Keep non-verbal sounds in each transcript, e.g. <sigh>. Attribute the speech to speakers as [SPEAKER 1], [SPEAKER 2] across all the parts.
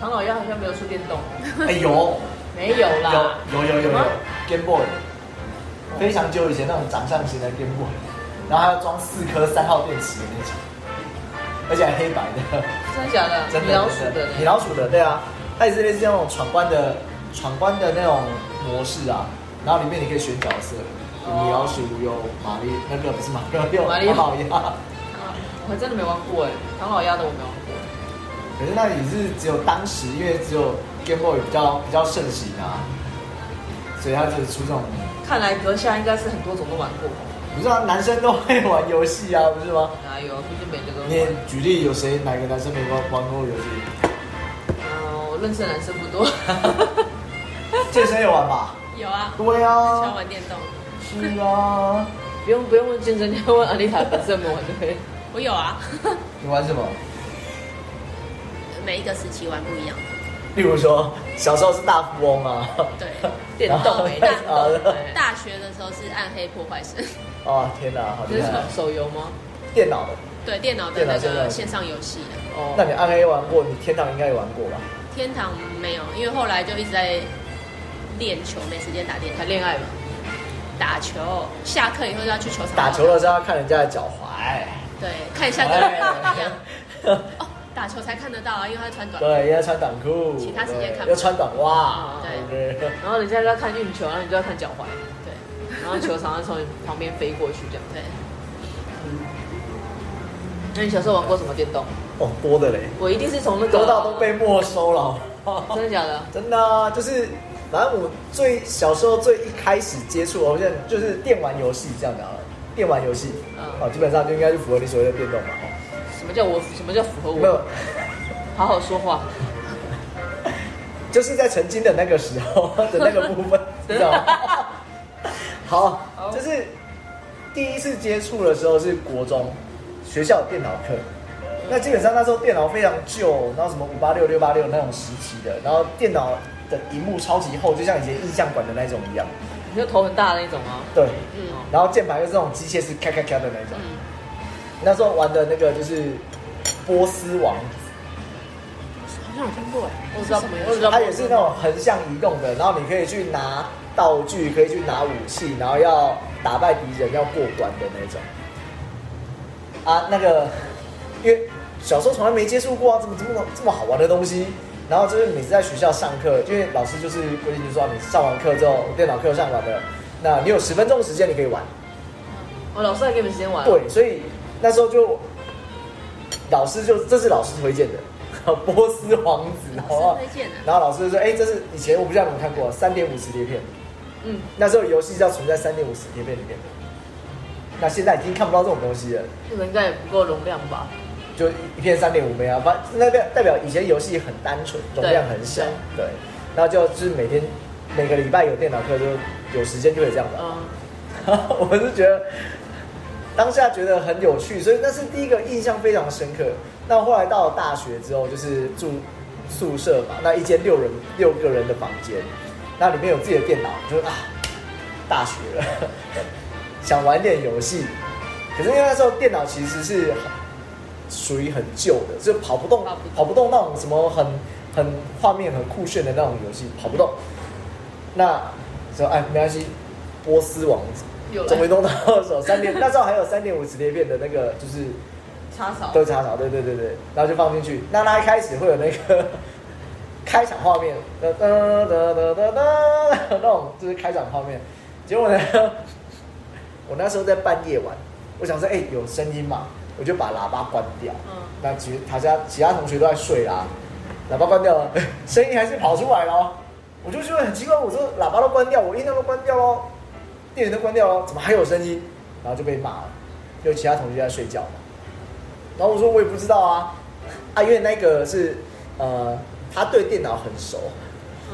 [SPEAKER 1] 好像没有出电动，
[SPEAKER 2] <laughs> 哎、有
[SPEAKER 1] 没有
[SPEAKER 2] 有
[SPEAKER 1] 啦，
[SPEAKER 2] 有有有
[SPEAKER 1] 吗
[SPEAKER 2] 有 Game Boy，非常久以前那种掌上型的 Game Boy，然后还要装四颗三号电池的那种，而且还黑白的。 <laughs>
[SPEAKER 1] 真的假的？
[SPEAKER 2] 真的，
[SPEAKER 1] 米老鼠
[SPEAKER 2] 真
[SPEAKER 1] 的
[SPEAKER 2] 米
[SPEAKER 1] 呢？
[SPEAKER 2] 老鼠的，对啊，它也是类似那种闯关的闯关的那种模式啊，然后里面你可以选角色，有
[SPEAKER 1] 哦
[SPEAKER 2] 米老鼠，有玛丽，那个不是玛丽，有
[SPEAKER 1] 玛丽
[SPEAKER 2] 好呀。
[SPEAKER 1] 啊我还真的没玩过哎，唐老鸭的我没玩过。
[SPEAKER 2] 可是那也是只有当时，因为只有 Game Boy 比较比较盛行啊，所以它就是出这种，
[SPEAKER 1] 看来阁下应该是很多种都玩过，
[SPEAKER 2] 不是啊，男生都会玩游戏啊，不是吗？
[SPEAKER 1] 哪有？毕竟没这个玩。
[SPEAKER 2] 你举例有谁哪个男生没玩玩过游戏？ <laughs>
[SPEAKER 1] 嗯，我认识的男生不多。 <laughs>
[SPEAKER 2] 健身也玩吧？
[SPEAKER 3] 有啊，
[SPEAKER 2] 对
[SPEAKER 3] 喜欢
[SPEAKER 2] 啊，
[SPEAKER 3] 玩电动。
[SPEAKER 2] 是啊，
[SPEAKER 1] 不用不用问健身，你要问阿丽塔本身有没有玩对。
[SPEAKER 3] 我有啊，
[SPEAKER 2] 你玩什么？
[SPEAKER 3] <laughs> 每一个时期玩不一样。
[SPEAKER 2] 例如说，小时候是大富翁啊，
[SPEAKER 3] 对，
[SPEAKER 1] 电动哎、
[SPEAKER 2] <laughs> 太
[SPEAKER 1] 电
[SPEAKER 2] 好
[SPEAKER 1] 动
[SPEAKER 2] 了
[SPEAKER 1] 哎、
[SPEAKER 3] 大学的时候是暗黑破坏神，
[SPEAKER 2] 哦天哪，好
[SPEAKER 1] 这
[SPEAKER 2] 厉
[SPEAKER 1] 是
[SPEAKER 2] 害
[SPEAKER 1] 什！么手游吗？
[SPEAKER 2] 电脑的，
[SPEAKER 3] 对，电脑的那
[SPEAKER 2] 电脑
[SPEAKER 3] 个
[SPEAKER 2] 的
[SPEAKER 3] 线上游戏啊。
[SPEAKER 1] 哦，
[SPEAKER 2] 那你暗黑玩过，你天堂应该也玩过吧？
[SPEAKER 3] 天堂没有，因为后来就一直在练球，没时间打电
[SPEAKER 1] 谈
[SPEAKER 3] 台，
[SPEAKER 1] <laughs> 恋爱嘛？
[SPEAKER 3] 打球。下课以后就要去球场
[SPEAKER 2] 打球，的时候要看人家的脚踝，
[SPEAKER 3] 对，看一下跟人不一样。 <laughs> 哦，打球才看得到啊，因为他穿短。
[SPEAKER 2] 哎 <laughs> 对，要穿短裤，
[SPEAKER 3] 其他时间看不到
[SPEAKER 2] 对要穿短袜，
[SPEAKER 3] 对
[SPEAKER 2] 对，
[SPEAKER 1] 然后人家都在看运球，然后你就要看脚踝，
[SPEAKER 3] 对
[SPEAKER 1] 然后球常常从你旁边飞过去这样。
[SPEAKER 3] 对，
[SPEAKER 1] 那你小时候玩过什么电动？
[SPEAKER 2] 哦多的嘞，
[SPEAKER 1] 我一定是从那个
[SPEAKER 2] 多到都被没收了 <laughs> 好不好，
[SPEAKER 1] 真的假的？
[SPEAKER 2] 真的啊就是。反正我最小时候最一开始接触，好像就是电玩游戏这样的啊，电玩游戏，
[SPEAKER 1] 嗯
[SPEAKER 2] 哦，基本上就应该是符合你所谓的变动嘛，哦
[SPEAKER 1] 什么叫我？什么叫符合
[SPEAKER 2] 没有
[SPEAKER 1] 我？，好好说话。
[SPEAKER 2] 就是在曾经的那个时候的那个部
[SPEAKER 1] <laughs>
[SPEAKER 2] 分，知道吗？好
[SPEAKER 1] 好，
[SPEAKER 2] 就是第一次接触的时候是国中学校有电脑课，那基本上那时候电脑非常旧，然后什么五八六六八六那种时期的，然后电脑的荧幕超级厚，就像以前印象馆的那种一样，
[SPEAKER 1] <laughs> 你就头很大的那种吗？
[SPEAKER 2] 对，
[SPEAKER 1] 嗯，
[SPEAKER 2] 然后键盘又是那种机械式咔咔咔的那种，
[SPEAKER 3] 嗯，
[SPEAKER 2] 那时候玩的那个就是波斯王
[SPEAKER 3] 好像有听过哎，
[SPEAKER 1] 我
[SPEAKER 3] 我
[SPEAKER 1] 知
[SPEAKER 3] 知
[SPEAKER 1] 道
[SPEAKER 3] 道什么
[SPEAKER 1] 我
[SPEAKER 3] 游
[SPEAKER 1] 知
[SPEAKER 3] 戏
[SPEAKER 1] 道。
[SPEAKER 2] 它也是那种横向移动的，然后你可以去拿道具，可以去拿武器，然后要打败敌人，要过关的那种。啊，那个，因为小时候从来没接触过啊，怎么怎么这么好玩的东西？然后就是每次在学校上课，因为老师就是规定，就是说你上完课之后，电脑课上完了，那你有十分钟的时间你可以玩。
[SPEAKER 1] 我哦老师还给你们时间玩。，啊
[SPEAKER 2] 对，所以那时候就老师就这是老师推荐的波斯王子，好不好啊
[SPEAKER 3] 老师推荐的
[SPEAKER 2] 然后老师就说：“哎、这是以前我不知道你们看过三点五十碟片，
[SPEAKER 1] 嗯，
[SPEAKER 2] 那时候游戏是要存在三点五十碟片里面的。那现在已经看不到这种东西了，
[SPEAKER 1] 这个应该也不够容量吧？
[SPEAKER 2] 就一片三点五枚啊，反那代代表以前游戏很单纯，容量很小，对。然后就就是每天每个礼拜有电脑课，就有时间就可以这样玩。
[SPEAKER 1] 嗯，
[SPEAKER 2] <laughs> 我是觉得当下觉得很有趣，所以那是第一个印象非常深刻。那后来到了大学之后，就是住宿舍嘛，那一间六人六个人的房间，那里面有自己的电脑，就啊，大学了， <laughs> 想玩点游戏。可是因为那时候电脑其实是属于很旧的，就跑不动
[SPEAKER 3] 跑不动，
[SPEAKER 2] 跑不动那种什么很很画面很酷炫的那种游戏，跑不动。那说哎，没关系，波斯王子
[SPEAKER 1] 有了
[SPEAKER 2] 终于弄到手，三点那时候还有三点五磁碟片的那个就是
[SPEAKER 1] 插槽。
[SPEAKER 2] 都插槽，对对对对，然后就放进去。那它一开始会有那个 <laughs> 开场画面，哒哒哒哒哒哒， <laughs> 那种就是开场画面。结果呢， <laughs> 我那时候在半夜玩，我想说，哎、有声音嘛，我就把喇叭关掉。
[SPEAKER 3] 嗯
[SPEAKER 2] 那其实他家其他同学都在睡啦，喇叭关掉了， <laughs> 声音还是跑出来了哦。我就觉得很奇怪，我说喇叭都关掉，我音量都关掉喽，电源都关掉喽，怎么还有声音？然后就被骂了，因为其他同学在睡觉嘛。然后我说我也不知道啊，啊，因为那个是呃，他对电脑很熟，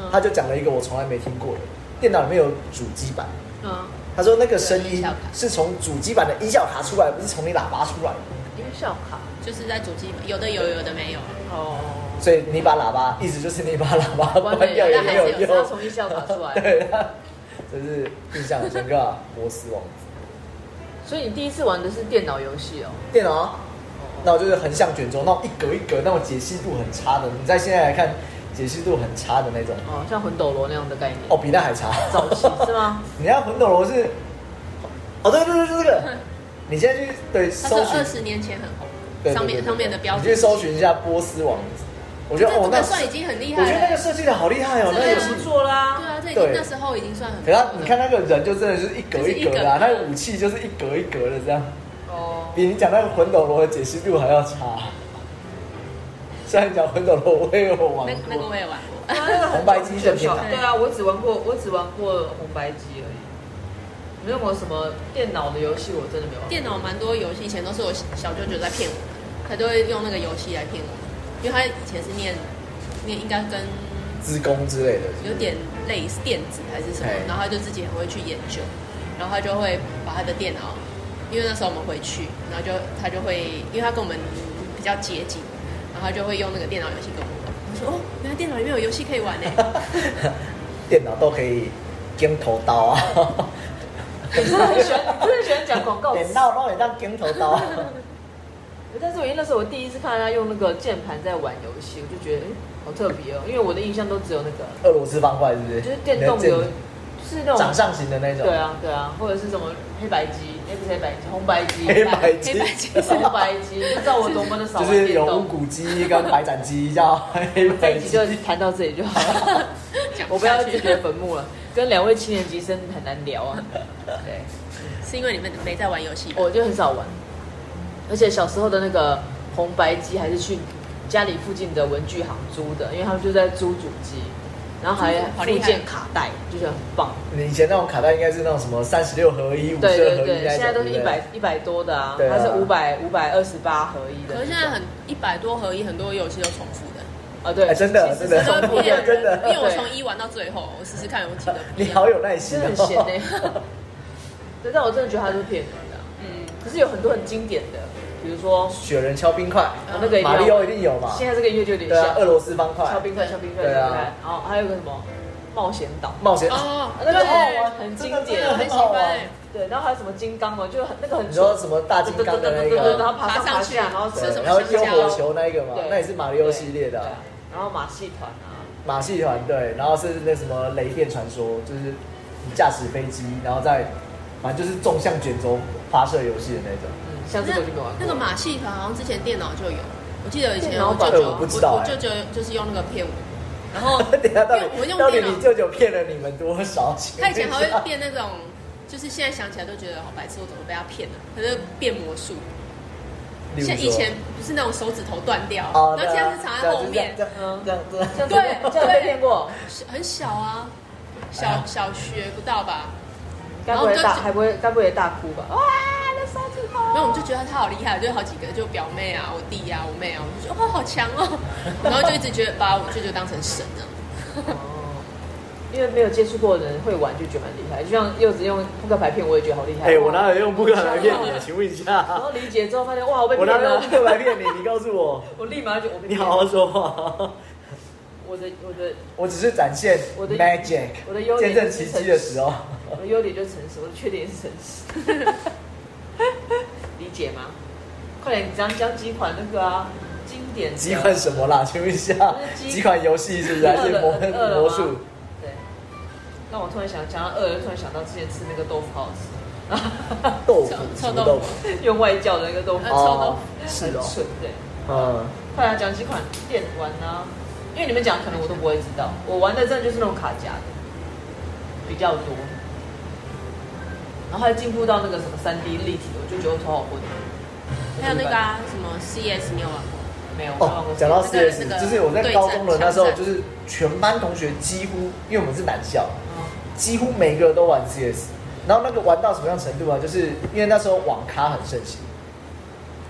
[SPEAKER 1] 嗯
[SPEAKER 2] 他就讲了一个我从来没听过的，电脑里面有主机板，
[SPEAKER 1] 嗯，
[SPEAKER 2] 他说那个声
[SPEAKER 3] 有音
[SPEAKER 2] 音
[SPEAKER 3] 效卡
[SPEAKER 2] 是从主机板的音效卡出来，不是从你喇叭出来的，
[SPEAKER 1] 音效卡。
[SPEAKER 3] 就是在主机，有的有，有的没有。啊
[SPEAKER 1] 哦。
[SPEAKER 2] 所以你把喇叭，意思就是你把喇叭关掉也没有
[SPEAKER 1] 掉
[SPEAKER 2] 用，
[SPEAKER 3] 关
[SPEAKER 1] 但还是有它从音效卡出来
[SPEAKER 2] <laughs> 对，它这是印象很深刻啊，波斯王子
[SPEAKER 1] 所以你第一次玩的是电脑游戏哦。
[SPEAKER 2] 电脑啊。
[SPEAKER 1] 哦
[SPEAKER 2] 那我就是横向卷轴，那种一格一格那种解析度很差的，你在现在来看，解析度很差的那种。
[SPEAKER 1] 哦，像魂斗罗那样的概念，
[SPEAKER 2] 哦，比那还差。
[SPEAKER 1] 早期是吗？
[SPEAKER 2] <laughs> 你看魂斗罗是，哦，对对对，就是这
[SPEAKER 3] <laughs>
[SPEAKER 2] 个。你现在去对
[SPEAKER 3] 它
[SPEAKER 2] 搜
[SPEAKER 3] 是
[SPEAKER 2] 寻
[SPEAKER 3] 二十年前很
[SPEAKER 2] 对
[SPEAKER 3] 红，
[SPEAKER 2] 对
[SPEAKER 3] 上面
[SPEAKER 2] 对对
[SPEAKER 3] 上面的标
[SPEAKER 2] 你
[SPEAKER 3] 题
[SPEAKER 2] 去搜寻一下波斯王子，我觉
[SPEAKER 3] 这
[SPEAKER 2] 得哦
[SPEAKER 3] 这，
[SPEAKER 2] 那
[SPEAKER 3] 个算已经很厉害
[SPEAKER 2] 我觉得那个
[SPEAKER 3] 了。
[SPEAKER 2] 设计的好厉害哦，
[SPEAKER 1] 这
[SPEAKER 2] 那
[SPEAKER 1] 个
[SPEAKER 2] 个
[SPEAKER 1] 也
[SPEAKER 2] 是
[SPEAKER 1] 不。错啦。
[SPEAKER 3] 对啊，这已
[SPEAKER 2] 对
[SPEAKER 3] 经那时候已经算很。
[SPEAKER 2] 可是他你看，那个人就真的是一格一格的、啊，
[SPEAKER 3] 就
[SPEAKER 2] 那
[SPEAKER 3] 是一格
[SPEAKER 2] 个武器就是一格一格的这样，
[SPEAKER 1] 哦，
[SPEAKER 2] 比你讲那个魂斗罗的解析度还要差。虽然讲魂斗罗我也有玩
[SPEAKER 3] 那那个
[SPEAKER 2] 过
[SPEAKER 3] 我，也玩过。
[SPEAKER 2] 红白机的天堂
[SPEAKER 1] 对啊，我只玩过，我只玩过红白机而已。没有玩过什么电脑的游戏，我真的没玩过。
[SPEAKER 3] 电脑蛮多游戏，以前都是我小舅舅在骗我们，他都会用那个游戏来骗我们，因为他以前是念念应该跟
[SPEAKER 2] 自宫之类的，
[SPEAKER 3] 有点类似电子还是什么
[SPEAKER 2] 嘿，
[SPEAKER 3] 然后他就自己很会去研究，然后他就会把他的电脑，因为那时候我们回去，然后就他就会，因为他跟我们比较接近，然后他就会用那个电脑游戏跟我们玩。我说哦，原来电脑里面有游戏可以玩呢、
[SPEAKER 2] 电脑都可以钉头刀啊，
[SPEAKER 1] <laughs> 你真的很喜欢，你真的喜欢讲广告词啊
[SPEAKER 2] 电。脑都可以当钉头刀啊。
[SPEAKER 1] 但是我因为那时候我第一次看人家用那个键盘在玩游戏，我就觉得哎、好特别哦，因为我的印象都只有那个，
[SPEAKER 2] 俄罗斯方块是不是？
[SPEAKER 1] 就是电动游，
[SPEAKER 2] 你的
[SPEAKER 1] 就是那
[SPEAKER 2] 剑
[SPEAKER 1] 种
[SPEAKER 2] 掌。上型的那种。
[SPEAKER 1] 对，啊，对啊，或者是什么黑白机，哎、不是黑白机，红白机，
[SPEAKER 2] 黑白机
[SPEAKER 3] 黑白机
[SPEAKER 1] 是红白机，就知道我多么的少
[SPEAKER 2] <laughs> 就
[SPEAKER 1] 玩
[SPEAKER 2] 是
[SPEAKER 1] 电
[SPEAKER 2] 有无
[SPEAKER 1] 动。
[SPEAKER 2] 骨机跟白斩鸡，叫黑
[SPEAKER 1] 这
[SPEAKER 2] 白
[SPEAKER 1] 一集就
[SPEAKER 2] 鸡。
[SPEAKER 1] 谈到这里就好了，
[SPEAKER 2] <laughs>
[SPEAKER 3] 讲
[SPEAKER 1] 我不
[SPEAKER 3] 下
[SPEAKER 1] 要
[SPEAKER 3] 去
[SPEAKER 1] 拒绝坟墓了。跟两位七年级生很难聊啊，对，
[SPEAKER 3] 是因为你们没在玩游戏吧。
[SPEAKER 1] 我就很少玩，而且小时候的那个红白机还是去家里附近的文具行租的，因为他们就在租主机，然后还
[SPEAKER 3] 租好厉
[SPEAKER 1] 附
[SPEAKER 3] 害
[SPEAKER 1] 件卡带，就觉得很棒。
[SPEAKER 2] 你以前那种卡带应该是那种什么三十六合一、五十
[SPEAKER 1] 对
[SPEAKER 2] 二
[SPEAKER 1] 对
[SPEAKER 2] 合一
[SPEAKER 1] 对，
[SPEAKER 2] 那种，
[SPEAKER 1] 现在都是
[SPEAKER 2] 对
[SPEAKER 1] 一
[SPEAKER 2] 不对
[SPEAKER 1] 百一百多的啊，
[SPEAKER 2] 对啊
[SPEAKER 1] 它是五百五百二十八合一的。
[SPEAKER 3] 可是现在很一百多合一，很多游戏都重复
[SPEAKER 2] <laughs>
[SPEAKER 3] 的。
[SPEAKER 1] 啊，对
[SPEAKER 2] 哎，，真的
[SPEAKER 1] 其
[SPEAKER 2] 真
[SPEAKER 1] 实
[SPEAKER 2] 的
[SPEAKER 1] 是
[SPEAKER 3] 都会
[SPEAKER 1] 不一样的
[SPEAKER 3] 骗
[SPEAKER 2] <laughs> 真
[SPEAKER 3] 人，因为
[SPEAKER 2] 的，
[SPEAKER 3] 我从一玩到最后，我试试看有几个不一
[SPEAKER 2] 你
[SPEAKER 3] 样
[SPEAKER 2] 好有耐心
[SPEAKER 1] 真的很闲
[SPEAKER 2] 哦。
[SPEAKER 1] 呢。对，但我真的觉得它是骗人的啊。
[SPEAKER 3] 嗯，
[SPEAKER 1] 可是有很多很经典的，比如说
[SPEAKER 2] 雪人敲冰块，
[SPEAKER 1] 我那个一定要
[SPEAKER 2] 马里奥一定有嘛？
[SPEAKER 1] 现在这个音乐就有点
[SPEAKER 2] 对啊
[SPEAKER 1] 像，
[SPEAKER 2] 俄罗斯方块
[SPEAKER 1] 敲，冰块、敲冰块、敲
[SPEAKER 2] 对
[SPEAKER 1] 冰
[SPEAKER 2] 啊
[SPEAKER 1] 块，然哦后还有一个什么冒险岛，
[SPEAKER 2] 冒险，
[SPEAKER 3] 哦，
[SPEAKER 1] 那个
[SPEAKER 3] 对
[SPEAKER 1] 好好玩很
[SPEAKER 2] 真
[SPEAKER 1] 经
[SPEAKER 2] 的真
[SPEAKER 1] 典
[SPEAKER 2] 的
[SPEAKER 3] 很
[SPEAKER 2] 很
[SPEAKER 3] 喜
[SPEAKER 2] 好
[SPEAKER 3] 欢
[SPEAKER 2] 玩。
[SPEAKER 3] 欸。
[SPEAKER 1] 对，然后还有什么金刚嘛，就是很那个很
[SPEAKER 2] 你说什么大金刚的那
[SPEAKER 1] 对对对对对然
[SPEAKER 2] 个
[SPEAKER 1] 后，爬上爬下，然后
[SPEAKER 3] 吃什
[SPEAKER 2] 对
[SPEAKER 3] 么
[SPEAKER 2] 然后丢
[SPEAKER 3] 香蕉
[SPEAKER 2] 火球那一个嘛
[SPEAKER 1] 对，
[SPEAKER 2] 那也是马里奥系列的
[SPEAKER 1] 对啊。
[SPEAKER 2] 啊
[SPEAKER 1] 然后马戏团啊，
[SPEAKER 2] 马戏团对，然后是那什么雷电传说，就是你驾驶飞机，然后再反正就是纵向卷轴发射游戏的那种。
[SPEAKER 1] 嗯，像这个我就没玩过。
[SPEAKER 3] 那个马戏团好像之前电脑就有，我记得以前
[SPEAKER 1] 电脑
[SPEAKER 3] 我舅
[SPEAKER 1] 版
[SPEAKER 3] 舅，
[SPEAKER 2] 我不知道哎
[SPEAKER 3] 我舅舅就是用那个骗我，然后
[SPEAKER 2] <laughs> 等一下到
[SPEAKER 3] 因为我
[SPEAKER 2] 底
[SPEAKER 3] 用
[SPEAKER 2] 到底
[SPEAKER 3] 电脑
[SPEAKER 2] 你舅舅骗了你们多少钱？
[SPEAKER 3] 他以前
[SPEAKER 2] <laughs>
[SPEAKER 3] 还会变那种，就是现在想起来都觉得哦好白痴，我怎么被他骗了？他就变魔术，
[SPEAKER 2] 例如说
[SPEAKER 3] 像以前不是那种手指头断掉，
[SPEAKER 2] 哦，
[SPEAKER 3] 然后现在是藏在后面
[SPEAKER 2] 对，啊
[SPEAKER 1] 嗯
[SPEAKER 2] 这样这样这样这
[SPEAKER 1] 这
[SPEAKER 2] 样
[SPEAKER 1] 样这样被骗过，
[SPEAKER 3] 很小啊，
[SPEAKER 2] 哎
[SPEAKER 3] 小
[SPEAKER 2] 呀
[SPEAKER 3] 小学不到吧？
[SPEAKER 1] 该不会
[SPEAKER 3] 然后
[SPEAKER 1] 大
[SPEAKER 3] 就
[SPEAKER 1] 还不会该不会大哭吧？哇，那手指头！
[SPEAKER 3] 然后我们就觉得他好厉害，就好几个，就表妹啊、我弟啊、我妹啊，我们就觉得哦好强 <laughs> 哦，然后就一直觉得把我舅舅当成神这样。
[SPEAKER 1] 哦因为没有接触过的人会玩就觉得蛮厉害，就像柚子用扑克牌骗我也觉得好厉害。
[SPEAKER 2] 哎，我哪有用扑克牌骗你啊？请问一
[SPEAKER 1] 然
[SPEAKER 2] 下，
[SPEAKER 1] 后理解之后发现哇，我被
[SPEAKER 2] 我
[SPEAKER 1] 骗
[SPEAKER 2] 哪有用
[SPEAKER 1] 了
[SPEAKER 2] 扑，克牌骗你？你告诉我，
[SPEAKER 1] 我立马就我被
[SPEAKER 2] 你
[SPEAKER 1] 骗
[SPEAKER 2] 好
[SPEAKER 1] 了。
[SPEAKER 2] 好说话。
[SPEAKER 1] 我的我的
[SPEAKER 2] 我只是展现
[SPEAKER 1] 我的
[SPEAKER 2] magic，
[SPEAKER 1] 我的优
[SPEAKER 2] 见
[SPEAKER 1] 点
[SPEAKER 2] 证奇迹的时候。
[SPEAKER 1] 我的优点就是诚实，我的缺点也是诚实， <laughs> 理解吗？快点，你讲讲几款那个啊，经典的
[SPEAKER 2] 几款什么啦？请问一下
[SPEAKER 1] 就是，鸡
[SPEAKER 2] 几款游戏是不是还是魔
[SPEAKER 1] 饿了饿了吗
[SPEAKER 2] 魔术？
[SPEAKER 1] 对。那我突然想想到饿了，突然想到之前吃那个豆腐好好
[SPEAKER 2] 豆腐
[SPEAKER 3] 臭
[SPEAKER 2] 什
[SPEAKER 3] 臭
[SPEAKER 2] 么
[SPEAKER 3] 豆
[SPEAKER 2] 豆腐哦
[SPEAKER 3] 腐？
[SPEAKER 1] 吃， <laughs> 用外教的那个豆腐
[SPEAKER 3] 呃臭豆腐
[SPEAKER 2] 是
[SPEAKER 1] 很
[SPEAKER 2] 哦，
[SPEAKER 1] 蠢，对。
[SPEAKER 2] 嗯，
[SPEAKER 1] 快来讲几款电玩啊，因为你们讲可能我都不会知道，我玩的真的就是那种卡夹的比较多，然后还进步到那个什么三 D 立体的，我就觉得我头好昏。
[SPEAKER 3] 还有那个、啊、什么 CS，你有玩过？
[SPEAKER 1] 没有，我没玩
[SPEAKER 2] 哦
[SPEAKER 1] 过，
[SPEAKER 2] 讲到
[SPEAKER 3] 那个
[SPEAKER 2] CS，
[SPEAKER 3] 那个
[SPEAKER 2] 就是我在高中的那时候，
[SPEAKER 3] 对战
[SPEAKER 2] 就是全班同学几乎，因为我们是男校，
[SPEAKER 1] 嗯
[SPEAKER 2] 几乎每个人都玩 CS。然后那个玩到什么样程度啊？就是因为那时候网咖很盛行，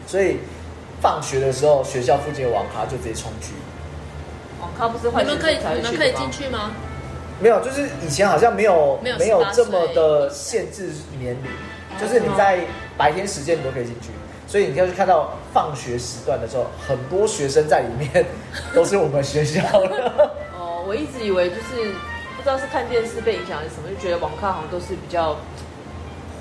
[SPEAKER 2] 所以放学的时候，学校附近的网咖就直接冲去。
[SPEAKER 1] 网咖不是
[SPEAKER 3] 你
[SPEAKER 1] 坏学
[SPEAKER 3] 们可以
[SPEAKER 1] 生才
[SPEAKER 3] 你
[SPEAKER 1] 会
[SPEAKER 3] 们
[SPEAKER 1] 去
[SPEAKER 3] 可以
[SPEAKER 1] 的吗
[SPEAKER 3] 进？去吗？
[SPEAKER 2] 没有，就是以前好像没有
[SPEAKER 3] 没有18
[SPEAKER 2] 这么的限制年龄，
[SPEAKER 3] 嗯
[SPEAKER 2] 就是你在白天时间你都可以进去，所以你就是看到放学时段的时候，很多学生在里面都是我们学校
[SPEAKER 3] <laughs>
[SPEAKER 2] 的。
[SPEAKER 1] 哦，我一直以为就是不知道是看电视被影响还是什么，就觉得网咖好像都是比较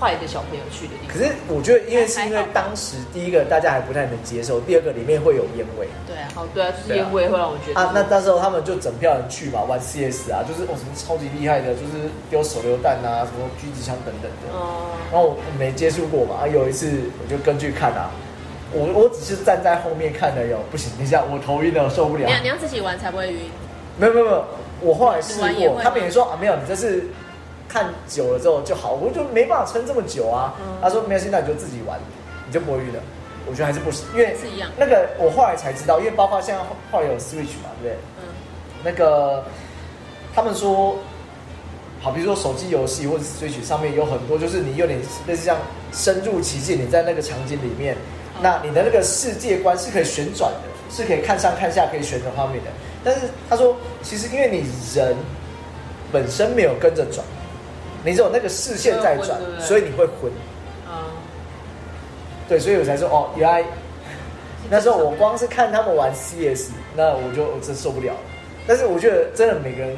[SPEAKER 1] 坏的小朋友去的地
[SPEAKER 2] 可
[SPEAKER 1] 方。
[SPEAKER 2] 是我觉得，因为是
[SPEAKER 3] 还
[SPEAKER 2] 因
[SPEAKER 3] 还
[SPEAKER 2] 为
[SPEAKER 3] 好吧
[SPEAKER 2] 当时第一个大家还不太能接受，第二个里面会有烟味
[SPEAKER 3] 对啊，
[SPEAKER 1] 哦，对啊，就是烟味会让我觉得
[SPEAKER 2] 啊。那那时候他们就整票人去嘛，玩 CS 啊，就是哦什么超级厉害的，就是丢手榴弹啊，什么狙击枪等等的。
[SPEAKER 1] 嗯，
[SPEAKER 3] 哦
[SPEAKER 2] 然后我没接触过嘛，啊，有一次我就跟去看啊，我我只是站在后面看的哟，不行，等一下我头晕了，我受不了
[SPEAKER 3] 你。要你要自己玩才不会晕。
[SPEAKER 2] 没有没有没有，我后来试
[SPEAKER 3] 玩也会
[SPEAKER 2] 过，
[SPEAKER 3] 吗
[SPEAKER 2] 他们也说啊没有，你这是看久了之后就好，我就没办法撑这么久啊。
[SPEAKER 3] 嗯
[SPEAKER 2] 他说没有，现在你就自己玩，你就不会晕了。我觉得还是不行，因为
[SPEAKER 3] 是一样
[SPEAKER 2] 那个我后来才知道，因为包括现在后来有 Switch 嘛，对不对？
[SPEAKER 3] 嗯，
[SPEAKER 2] 那个他们说，好，比如说手机游戏或者 Switch 上面有很多，就是你有点类似像深入其境，你在那个场景里面，
[SPEAKER 1] 嗯
[SPEAKER 2] 那你的那个世界观是可以旋转的，是可以看上看下可以旋转画面的。但是他说，其实因为你人本身没有跟着转，你只有那个视线在转
[SPEAKER 1] 你会昏对不，对
[SPEAKER 2] 所以你会昏。
[SPEAKER 1] 嗯，
[SPEAKER 2] 对，所以我才说哦，原
[SPEAKER 3] <laughs>
[SPEAKER 2] 来那时候我光是看他们玩 CS，那我就我真受不了了。但是我觉得真的每个人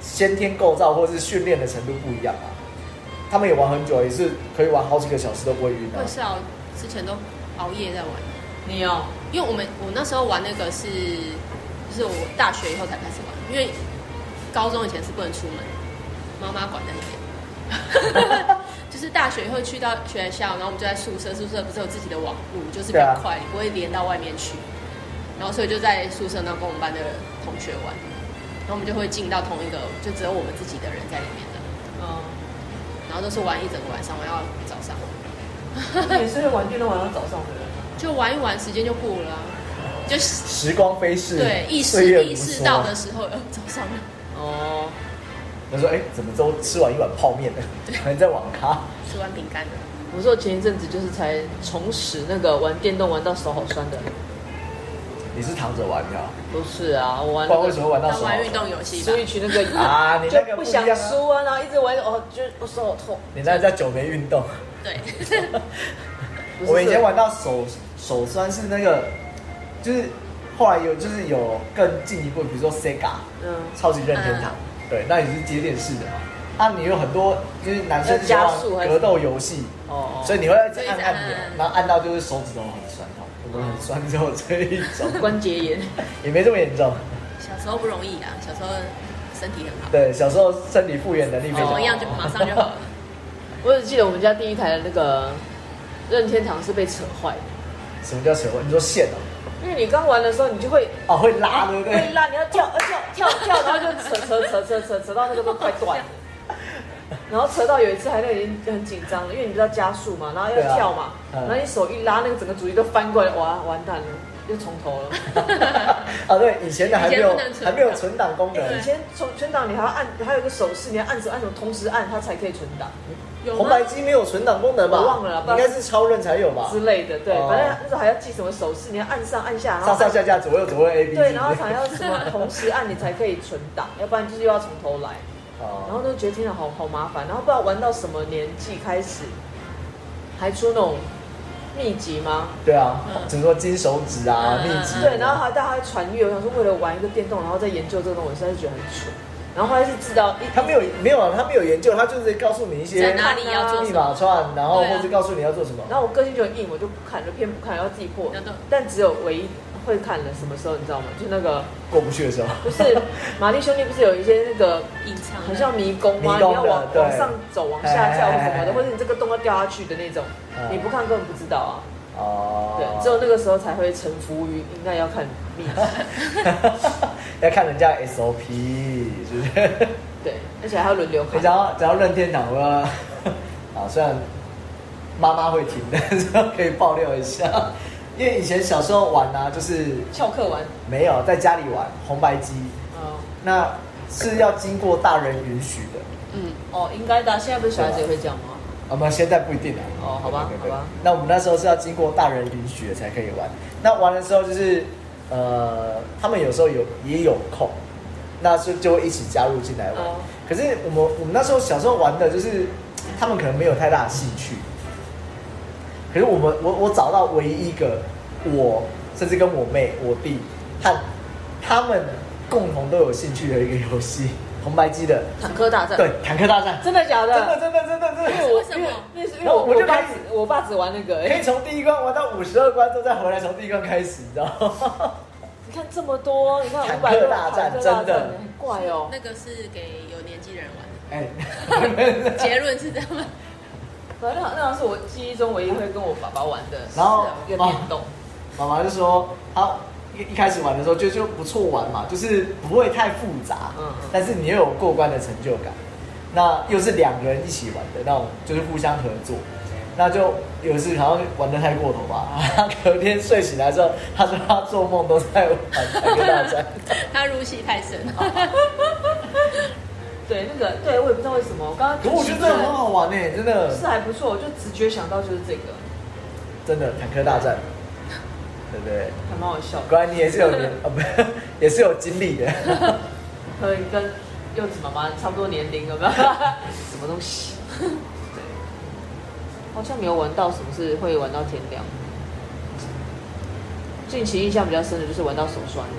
[SPEAKER 2] 先天构造或是训练的程度不一样啊，他们也玩很久，也是可以玩好几个小时都不会晕啊
[SPEAKER 3] 我。是啊，我之前都熬夜在玩，
[SPEAKER 1] 你哦，
[SPEAKER 3] 因为我们我那时候玩那个是，就是我大学以后才开始玩，因为高中以前是不能出门，妈妈管得很严。 <laughs> 就是大学以后去到学校，然后我们就在宿舍，宿舍不是有自己的网路，就是比
[SPEAKER 2] 对
[SPEAKER 3] 较
[SPEAKER 2] 啊
[SPEAKER 3] 快，你不会连到外面去。然后所以就在宿舍那跟我们班的同学玩，然后我们就会进到同一个，就只有我们自己的人在里面的，
[SPEAKER 1] 嗯，
[SPEAKER 3] 然后都是玩一整个晚上，玩到早上，
[SPEAKER 1] <laughs> 你也是会玩电动玩到早上的人啊。
[SPEAKER 3] 就玩一玩，时间就过了啊、就
[SPEAKER 2] 时光飞逝，
[SPEAKER 3] 对，意
[SPEAKER 2] 岁月
[SPEAKER 3] 识
[SPEAKER 2] 如梭啊
[SPEAKER 3] 意识到的。时候，呃，早上了，
[SPEAKER 1] 哦，
[SPEAKER 2] 他说：“哎、怎么都吃完一碗泡面了，
[SPEAKER 3] <laughs>
[SPEAKER 2] 还在网咖？
[SPEAKER 3] 吃完饼干了，
[SPEAKER 1] 我说我前一阵子就是才重拾那个玩电动玩到手好酸的，
[SPEAKER 2] 你是躺着玩的、啊？
[SPEAKER 1] 不是啊，我
[SPEAKER 2] 不
[SPEAKER 1] 玩
[SPEAKER 2] 然
[SPEAKER 1] 那
[SPEAKER 2] 为什
[SPEAKER 1] 个
[SPEAKER 2] 么玩到
[SPEAKER 3] 当
[SPEAKER 2] 手
[SPEAKER 3] 玩运
[SPEAKER 2] 好？
[SPEAKER 3] 动游戏吧
[SPEAKER 1] 所。以去那
[SPEAKER 2] <laughs>
[SPEAKER 1] 个
[SPEAKER 2] 啊你
[SPEAKER 1] 就
[SPEAKER 2] 那个
[SPEAKER 1] 不
[SPEAKER 2] 不一
[SPEAKER 1] 想
[SPEAKER 2] 样啊
[SPEAKER 1] 输啊，然后一直玩哦，就我手好痛。
[SPEAKER 2] 你那叫久没运动。”
[SPEAKER 3] 对，
[SPEAKER 1] 不是
[SPEAKER 2] 我以前玩到手手酸是那个，就是后来有就是有更进一步，比如说 Sega
[SPEAKER 1] 嗯，
[SPEAKER 2] 超级任天堂，
[SPEAKER 3] 嗯
[SPEAKER 2] 对，那也是节点式的嘛。那你有很多就是男生
[SPEAKER 1] 要
[SPEAKER 2] 喜
[SPEAKER 1] 加
[SPEAKER 2] 欢
[SPEAKER 1] 速还
[SPEAKER 2] 玩
[SPEAKER 1] 是
[SPEAKER 2] 格斗游戏，
[SPEAKER 1] 哦，
[SPEAKER 2] 所以你会一直
[SPEAKER 3] 所以
[SPEAKER 2] 按
[SPEAKER 3] 一直
[SPEAKER 2] 按
[SPEAKER 3] 按
[SPEAKER 2] 钮
[SPEAKER 3] 按按，
[SPEAKER 2] 然后按到就是手指头很酸痛，我们很酸之后这一种
[SPEAKER 3] <laughs>
[SPEAKER 1] 关节炎， <laughs>
[SPEAKER 2] 也没这么严重。
[SPEAKER 3] 小时候不容易啊，小时候身体很好，
[SPEAKER 2] 对，小时候身体复原能力非
[SPEAKER 3] 怎
[SPEAKER 2] 常好，
[SPEAKER 3] 么哦样就马上就好了。
[SPEAKER 1] 我只记得我们家第一台的那个任天堂是被扯坏的，
[SPEAKER 2] 什么叫扯你说线哦、
[SPEAKER 1] 因为你刚玩的时候你就会
[SPEAKER 2] 哦，会拉对不对？
[SPEAKER 1] 会拉，你要跳呃跳跳跳，然后就扯扯扯扯扯扯到那个都快断了。然后扯到有一次还那已经很紧张了，因为你知道加速嘛，然后
[SPEAKER 2] 对啊
[SPEAKER 1] 要跳嘛，
[SPEAKER 2] 嗯
[SPEAKER 1] 然后你手一拉，那个整个主机都翻过来，哇，完蛋了，又从头了。
[SPEAKER 2] <laughs> 啊，对，以前的还没有
[SPEAKER 3] 以前不能存档
[SPEAKER 2] 还没有存档功能，
[SPEAKER 1] 以前存存档你还要按，还有一个手势，你要按什么按什么，同时按它才可以存档
[SPEAKER 2] <laughs>
[SPEAKER 3] 有
[SPEAKER 2] 红
[SPEAKER 3] 吗
[SPEAKER 2] 白？机没有存档功能吧？
[SPEAKER 1] 我忘了啦不
[SPEAKER 2] 应
[SPEAKER 1] 然
[SPEAKER 2] 该是超任才有吧？
[SPEAKER 1] 之类的。对，
[SPEAKER 2] 哦
[SPEAKER 1] 反正那时候还要记什么手势，你要按上按下，然后
[SPEAKER 2] 上上
[SPEAKER 1] 按
[SPEAKER 2] 下下左右左右 A B
[SPEAKER 1] 对，然后才要什么同时按你才可以存档，要不然就是又要从头来。然后
[SPEAKER 2] 哦，
[SPEAKER 1] 都觉得天哪，好好麻烦。然后不知道玩到什么年纪开始，还出那种秘籍吗？
[SPEAKER 2] 对啊
[SPEAKER 3] 嗯，
[SPEAKER 2] 只能说金手指啊、
[SPEAKER 3] 嗯
[SPEAKER 2] 秘籍啊，
[SPEAKER 1] 对，然后还大家还传阅，我想说为了玩一个电动，然后再研究这个东西，我实在是觉得很蠢。然后后来是知道一
[SPEAKER 2] 他没有没有啊，他没有研究，他就是告诉你一些
[SPEAKER 3] 在哪里要做
[SPEAKER 2] 密
[SPEAKER 3] 什
[SPEAKER 2] 码
[SPEAKER 3] 么？
[SPEAKER 2] 串，然后
[SPEAKER 3] 对啊
[SPEAKER 2] 或者告诉你要做什么。
[SPEAKER 1] 然后我个性就很硬，我就不看，就偏不看，然后自己破
[SPEAKER 3] 那都。
[SPEAKER 1] 但只有唯一会看的什么时候，你知道吗？就那个
[SPEAKER 2] 过不去的时候，
[SPEAKER 1] 不是
[SPEAKER 2] <laughs>
[SPEAKER 1] 玛丽兄弟，不是有一些那个
[SPEAKER 3] 隐藏的
[SPEAKER 1] 很像迷宫吗？
[SPEAKER 2] 迷宫的
[SPEAKER 1] 你要往
[SPEAKER 2] 对
[SPEAKER 1] 往上走、往下跳
[SPEAKER 2] 哎哎哎
[SPEAKER 1] 什么
[SPEAKER 2] 哎
[SPEAKER 1] 的，或者你这个洞要掉下去的那种，
[SPEAKER 2] 嗯
[SPEAKER 1] 你不看根本不知道啊。
[SPEAKER 2] 哦，
[SPEAKER 1] 对，只有那个时候才会臣服于应该要看秘籍。 <laughs>
[SPEAKER 2] 要看人家 S O P，是不是？ <laughs>
[SPEAKER 1] 对，而且还要轮流
[SPEAKER 2] 你
[SPEAKER 1] 看
[SPEAKER 2] 只。要只要任天堂了， <laughs> 啊，虽然妈妈会听，但是可以爆料一下，因为以前小时候玩啊，就是
[SPEAKER 1] 翘课玩，
[SPEAKER 2] 没有在家里玩红白机，
[SPEAKER 1] 嗯，
[SPEAKER 2] 那是要经过大人允许的。
[SPEAKER 3] 嗯，
[SPEAKER 1] 哦，应该的啊。现在不是小孩子也会这样吗？
[SPEAKER 2] 我们现在不一定啊。
[SPEAKER 1] 哦好吧
[SPEAKER 2] 对对对
[SPEAKER 1] 好吧
[SPEAKER 2] 那我们那时候是要经过大人允许的才可以玩。那玩的时候就是，呃，他们有时候有也有空，那就就会一起加入进来玩。
[SPEAKER 1] 哦
[SPEAKER 2] 可是我们我们那时候小时候玩的就是，他们可能没有太大的兴趣。可是我们我我找到唯一一个我，甚至跟我妹、我弟和他们共同都有兴趣的一个游戏，红白机的，
[SPEAKER 1] 坦克大战，
[SPEAKER 2] 对，坦克大战，
[SPEAKER 1] 真的假的？
[SPEAKER 2] 真的真的真的真
[SPEAKER 1] 因
[SPEAKER 2] 的，
[SPEAKER 1] 为我
[SPEAKER 3] 为什
[SPEAKER 1] 因
[SPEAKER 3] 么
[SPEAKER 1] 为那是因为
[SPEAKER 2] 然后
[SPEAKER 1] 我
[SPEAKER 2] 我就
[SPEAKER 1] 我爸
[SPEAKER 2] 开始
[SPEAKER 1] 只我爸只玩那个、
[SPEAKER 2] 可
[SPEAKER 1] 哎，
[SPEAKER 2] 以从第一关玩到五十二关之后再回来，从第一关开始，你知道吗？ <laughs>
[SPEAKER 1] 你看这么多，你看
[SPEAKER 2] 坦
[SPEAKER 1] 五
[SPEAKER 2] 克
[SPEAKER 1] 百多
[SPEAKER 2] 大
[SPEAKER 1] 坦
[SPEAKER 2] 战
[SPEAKER 1] 克大
[SPEAKER 2] 真的
[SPEAKER 1] 很怪哦、
[SPEAKER 3] 那个是给有年纪人玩
[SPEAKER 2] 哎，
[SPEAKER 3] 的，结论是这样吗？
[SPEAKER 1] 对，那好那好像是我记忆中唯一会跟我爸爸玩 <laughs> 的，
[SPEAKER 2] 然后
[SPEAKER 1] 一个电动，
[SPEAKER 2] 妈妈就说她一一开始玩的时候就就不错玩嘛，就是不会太复杂，
[SPEAKER 1] 嗯嗯
[SPEAKER 2] 但是你又有过关的成就感。那又是两个人一起玩的那种，就是互相合作。那就有一次好像玩的太过头吧， <laughs> 他隔天睡醒来之后，他说他做梦都在玩那个大战。
[SPEAKER 3] 他入戏太深，
[SPEAKER 2] <laughs>
[SPEAKER 1] 对，那个对我也不知道为什么，我刚刚
[SPEAKER 2] 可我觉得真的很好玩呢、真的，
[SPEAKER 1] 是还不错，我就直觉想到就是这个，
[SPEAKER 2] 真的坦克大战，对不对？
[SPEAKER 1] 还蛮好笑的，
[SPEAKER 2] 果然你也是有年啊，不， <laughs> 也是有经历
[SPEAKER 3] <laughs>
[SPEAKER 2] 的。
[SPEAKER 1] 可以跟柚子妈妈差不多年龄，有没有？什么东西？对，好像没有玩到什么是会玩到天亮。近期印象比较深的就是玩到手酸的，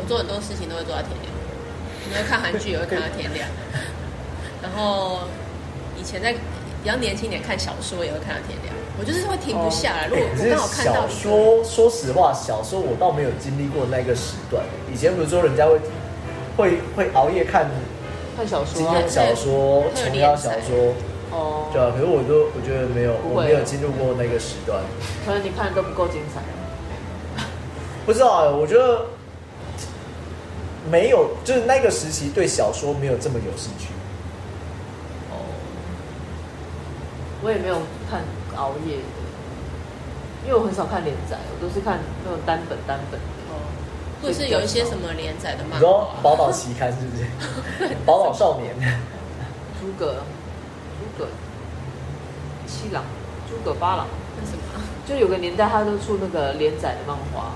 [SPEAKER 3] 我做很多事情都会做到天亮，你会看韩剧也会看到天亮，然后以前在比较年轻一点看小说也会看到天亮，我就是会停不下来。如果
[SPEAKER 2] 可哦
[SPEAKER 3] 我
[SPEAKER 2] 哎是
[SPEAKER 3] 刚好看到
[SPEAKER 2] 小说，说实话，小说我倒没有经历过那个时段。以前不是说人家会会会熬夜看
[SPEAKER 1] 看小说
[SPEAKER 2] 金
[SPEAKER 1] 啊、
[SPEAKER 2] 庸小说、
[SPEAKER 3] 对
[SPEAKER 2] 琼瑶小说，
[SPEAKER 1] 哦，
[SPEAKER 2] 对啊。可是我都我觉得没有，
[SPEAKER 1] 不会
[SPEAKER 2] 我没有进入过那个时段。
[SPEAKER 1] 可能你看的都不够精彩。
[SPEAKER 2] 不知道、欸，我觉得没有，就是那个时期对小说没有这么有兴趣。
[SPEAKER 1] 我也没有看熬夜的，因为我很少看连载，我都是看那种单本单本的。
[SPEAKER 3] 或者是有一些什么连载的
[SPEAKER 2] 你
[SPEAKER 3] 漫
[SPEAKER 2] 知道
[SPEAKER 3] 画，
[SPEAKER 2] 宝岛期刊是不是？宝岛少年，
[SPEAKER 1] 诸葛，诸葛七郎，诸葛八郎，
[SPEAKER 3] 那什
[SPEAKER 2] <laughs>
[SPEAKER 3] 么啊
[SPEAKER 1] 就有个年代他都出那个连载的漫画，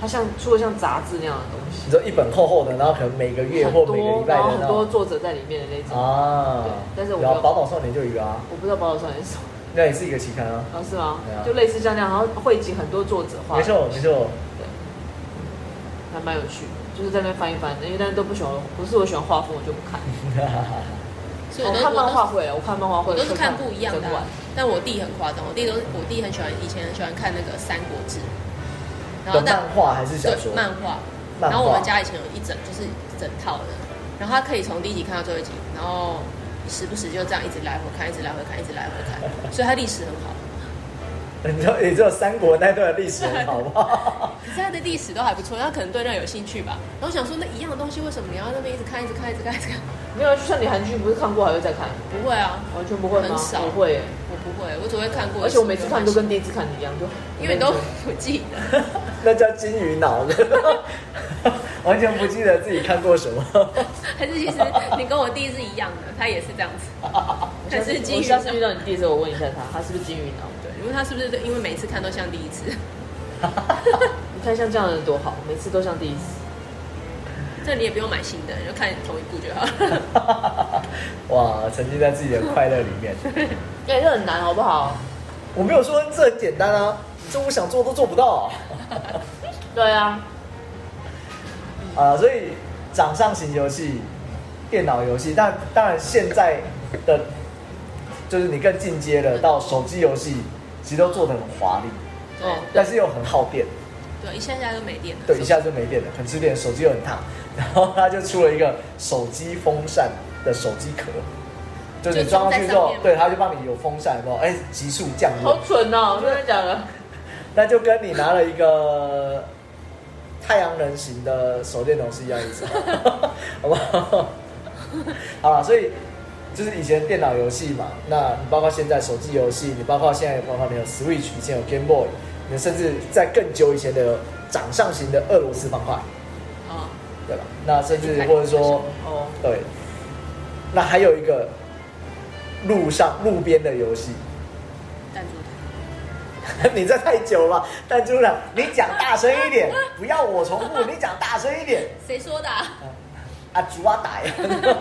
[SPEAKER 1] 他像出了像杂志那样的东西，
[SPEAKER 2] 你说一本厚厚的，然后可能每个月或每个礼
[SPEAKER 1] 多，
[SPEAKER 2] 拜
[SPEAKER 1] 然后
[SPEAKER 2] 的
[SPEAKER 1] 很
[SPEAKER 2] 那
[SPEAKER 1] 多
[SPEAKER 2] 种
[SPEAKER 1] 作者在里面的那种。
[SPEAKER 2] 啊
[SPEAKER 1] 对，但是我没
[SPEAKER 2] 然
[SPEAKER 1] 有
[SPEAKER 2] 后宝岛少年就有啊，
[SPEAKER 1] 我不知道宝岛少年是什么，
[SPEAKER 2] 那也是一个期刊啊，
[SPEAKER 1] 哦是吗
[SPEAKER 2] 对啊？
[SPEAKER 1] 就类似像那样，然后汇集很多作者画
[SPEAKER 2] 没
[SPEAKER 1] 的
[SPEAKER 2] 错没错，
[SPEAKER 1] 对，还蛮有趣的，就是在那边翻一翻的，因为但是都不喜欢，不是我喜欢画风，我就不看。
[SPEAKER 3] 嗯所以
[SPEAKER 1] 我
[SPEAKER 3] 我都
[SPEAKER 1] 哦看漫画
[SPEAKER 3] 我
[SPEAKER 1] 会啊了，我看漫画会，
[SPEAKER 3] 都我都是
[SPEAKER 1] 会
[SPEAKER 3] 看不一样的
[SPEAKER 1] 整晚
[SPEAKER 3] 啊、但我弟很夸张，我弟都是我弟很喜欢，以前很喜欢看那个《三国志》，然后
[SPEAKER 2] 的
[SPEAKER 3] 但
[SPEAKER 2] 漫画还是小说
[SPEAKER 3] 对？漫画，
[SPEAKER 2] 漫画
[SPEAKER 3] 然后我们家以前有一整就是一整套的，然后他可以从第一集看到最后一集，然后时不时就这样一直来回看，一直来回看，一直来回看，所以他历史很好，
[SPEAKER 2] 你知道你知道三国那段的历
[SPEAKER 1] <laughs>
[SPEAKER 2] 史很好不好？
[SPEAKER 3] 可是他的历史都还不错，他可能对那有兴趣吧。然后我想说那一样的东西为什么你要那边一直看，一直看，一直看，一直看？
[SPEAKER 1] 没有，就像你韩剧不是看过还会再看，
[SPEAKER 3] 不会啊，
[SPEAKER 1] 完全不会吗？
[SPEAKER 3] 很少
[SPEAKER 1] 我会耶，
[SPEAKER 3] 我不会，我只会看过一次，
[SPEAKER 1] 而且我每次看都
[SPEAKER 3] 就
[SPEAKER 1] 跟第一次看的一样，就
[SPEAKER 3] 因为都不记得。 <laughs>
[SPEAKER 2] 那叫金鱼脑 <laughs> 了，完全不记得自己看过什么。 <laughs>
[SPEAKER 3] 还是其实你跟我弟是一样的，他也是这样子。还是金
[SPEAKER 1] 我
[SPEAKER 3] 鱼
[SPEAKER 1] 下
[SPEAKER 3] 脑
[SPEAKER 1] 次遇到你弟的时候，我问一下他，他是不是金鱼脑？
[SPEAKER 3] 对，因为他是不是因为每次看都像第一次？ <laughs>
[SPEAKER 1] 你看像这样的人多好，每次都像第一次。
[SPEAKER 3] 这你也不用买新的，你就看同一部就好了。
[SPEAKER 2] 哇，沉浸在自己的快乐里面。
[SPEAKER 1] 对，哎这很难，好不好？
[SPEAKER 2] 我没有说这很简单啊，这我想做都做不到
[SPEAKER 1] 对啊，
[SPEAKER 2] 啊。啊所以掌上型游戏、电脑游戏，但当然现在的就是你更进阶了，到手机游戏，其实都做得很华丽，
[SPEAKER 3] 对
[SPEAKER 1] 哦
[SPEAKER 2] 但是又很耗电，
[SPEAKER 3] 对，一下下就没电了。
[SPEAKER 2] 对，一下就没电了，很吃电，手机又很烫。然后他就出了一个手机风扇的手机壳。就是你装上去之后，
[SPEAKER 3] 就装在上面吗
[SPEAKER 2] 对，他就帮你有风扇，有没有？哎，急速降温
[SPEAKER 1] 好，蠢哦，我真的讲了，
[SPEAKER 2] 那就跟你拿了一个太阳人型的手电筒是一样意思，好不好？ <laughs> 好了，所以就是以前电脑游戏嘛，那你包括现在手机游戏，你包括现在包括你有 Switch，以前有 Game Boy，你甚至在更久以前的有掌上型的俄罗斯方块，
[SPEAKER 3] 哦，
[SPEAKER 2] 对吧？那甚至或者说
[SPEAKER 1] 哦，
[SPEAKER 2] 对，那还有一个路上路边的游戏，
[SPEAKER 3] 弹珠台。
[SPEAKER 2] <laughs> 你这太久了，弹珠了，你讲大声一点，不要我重复，你讲大声一点。
[SPEAKER 3] 谁说的、啊？
[SPEAKER 2] 啊，竹啊打呀，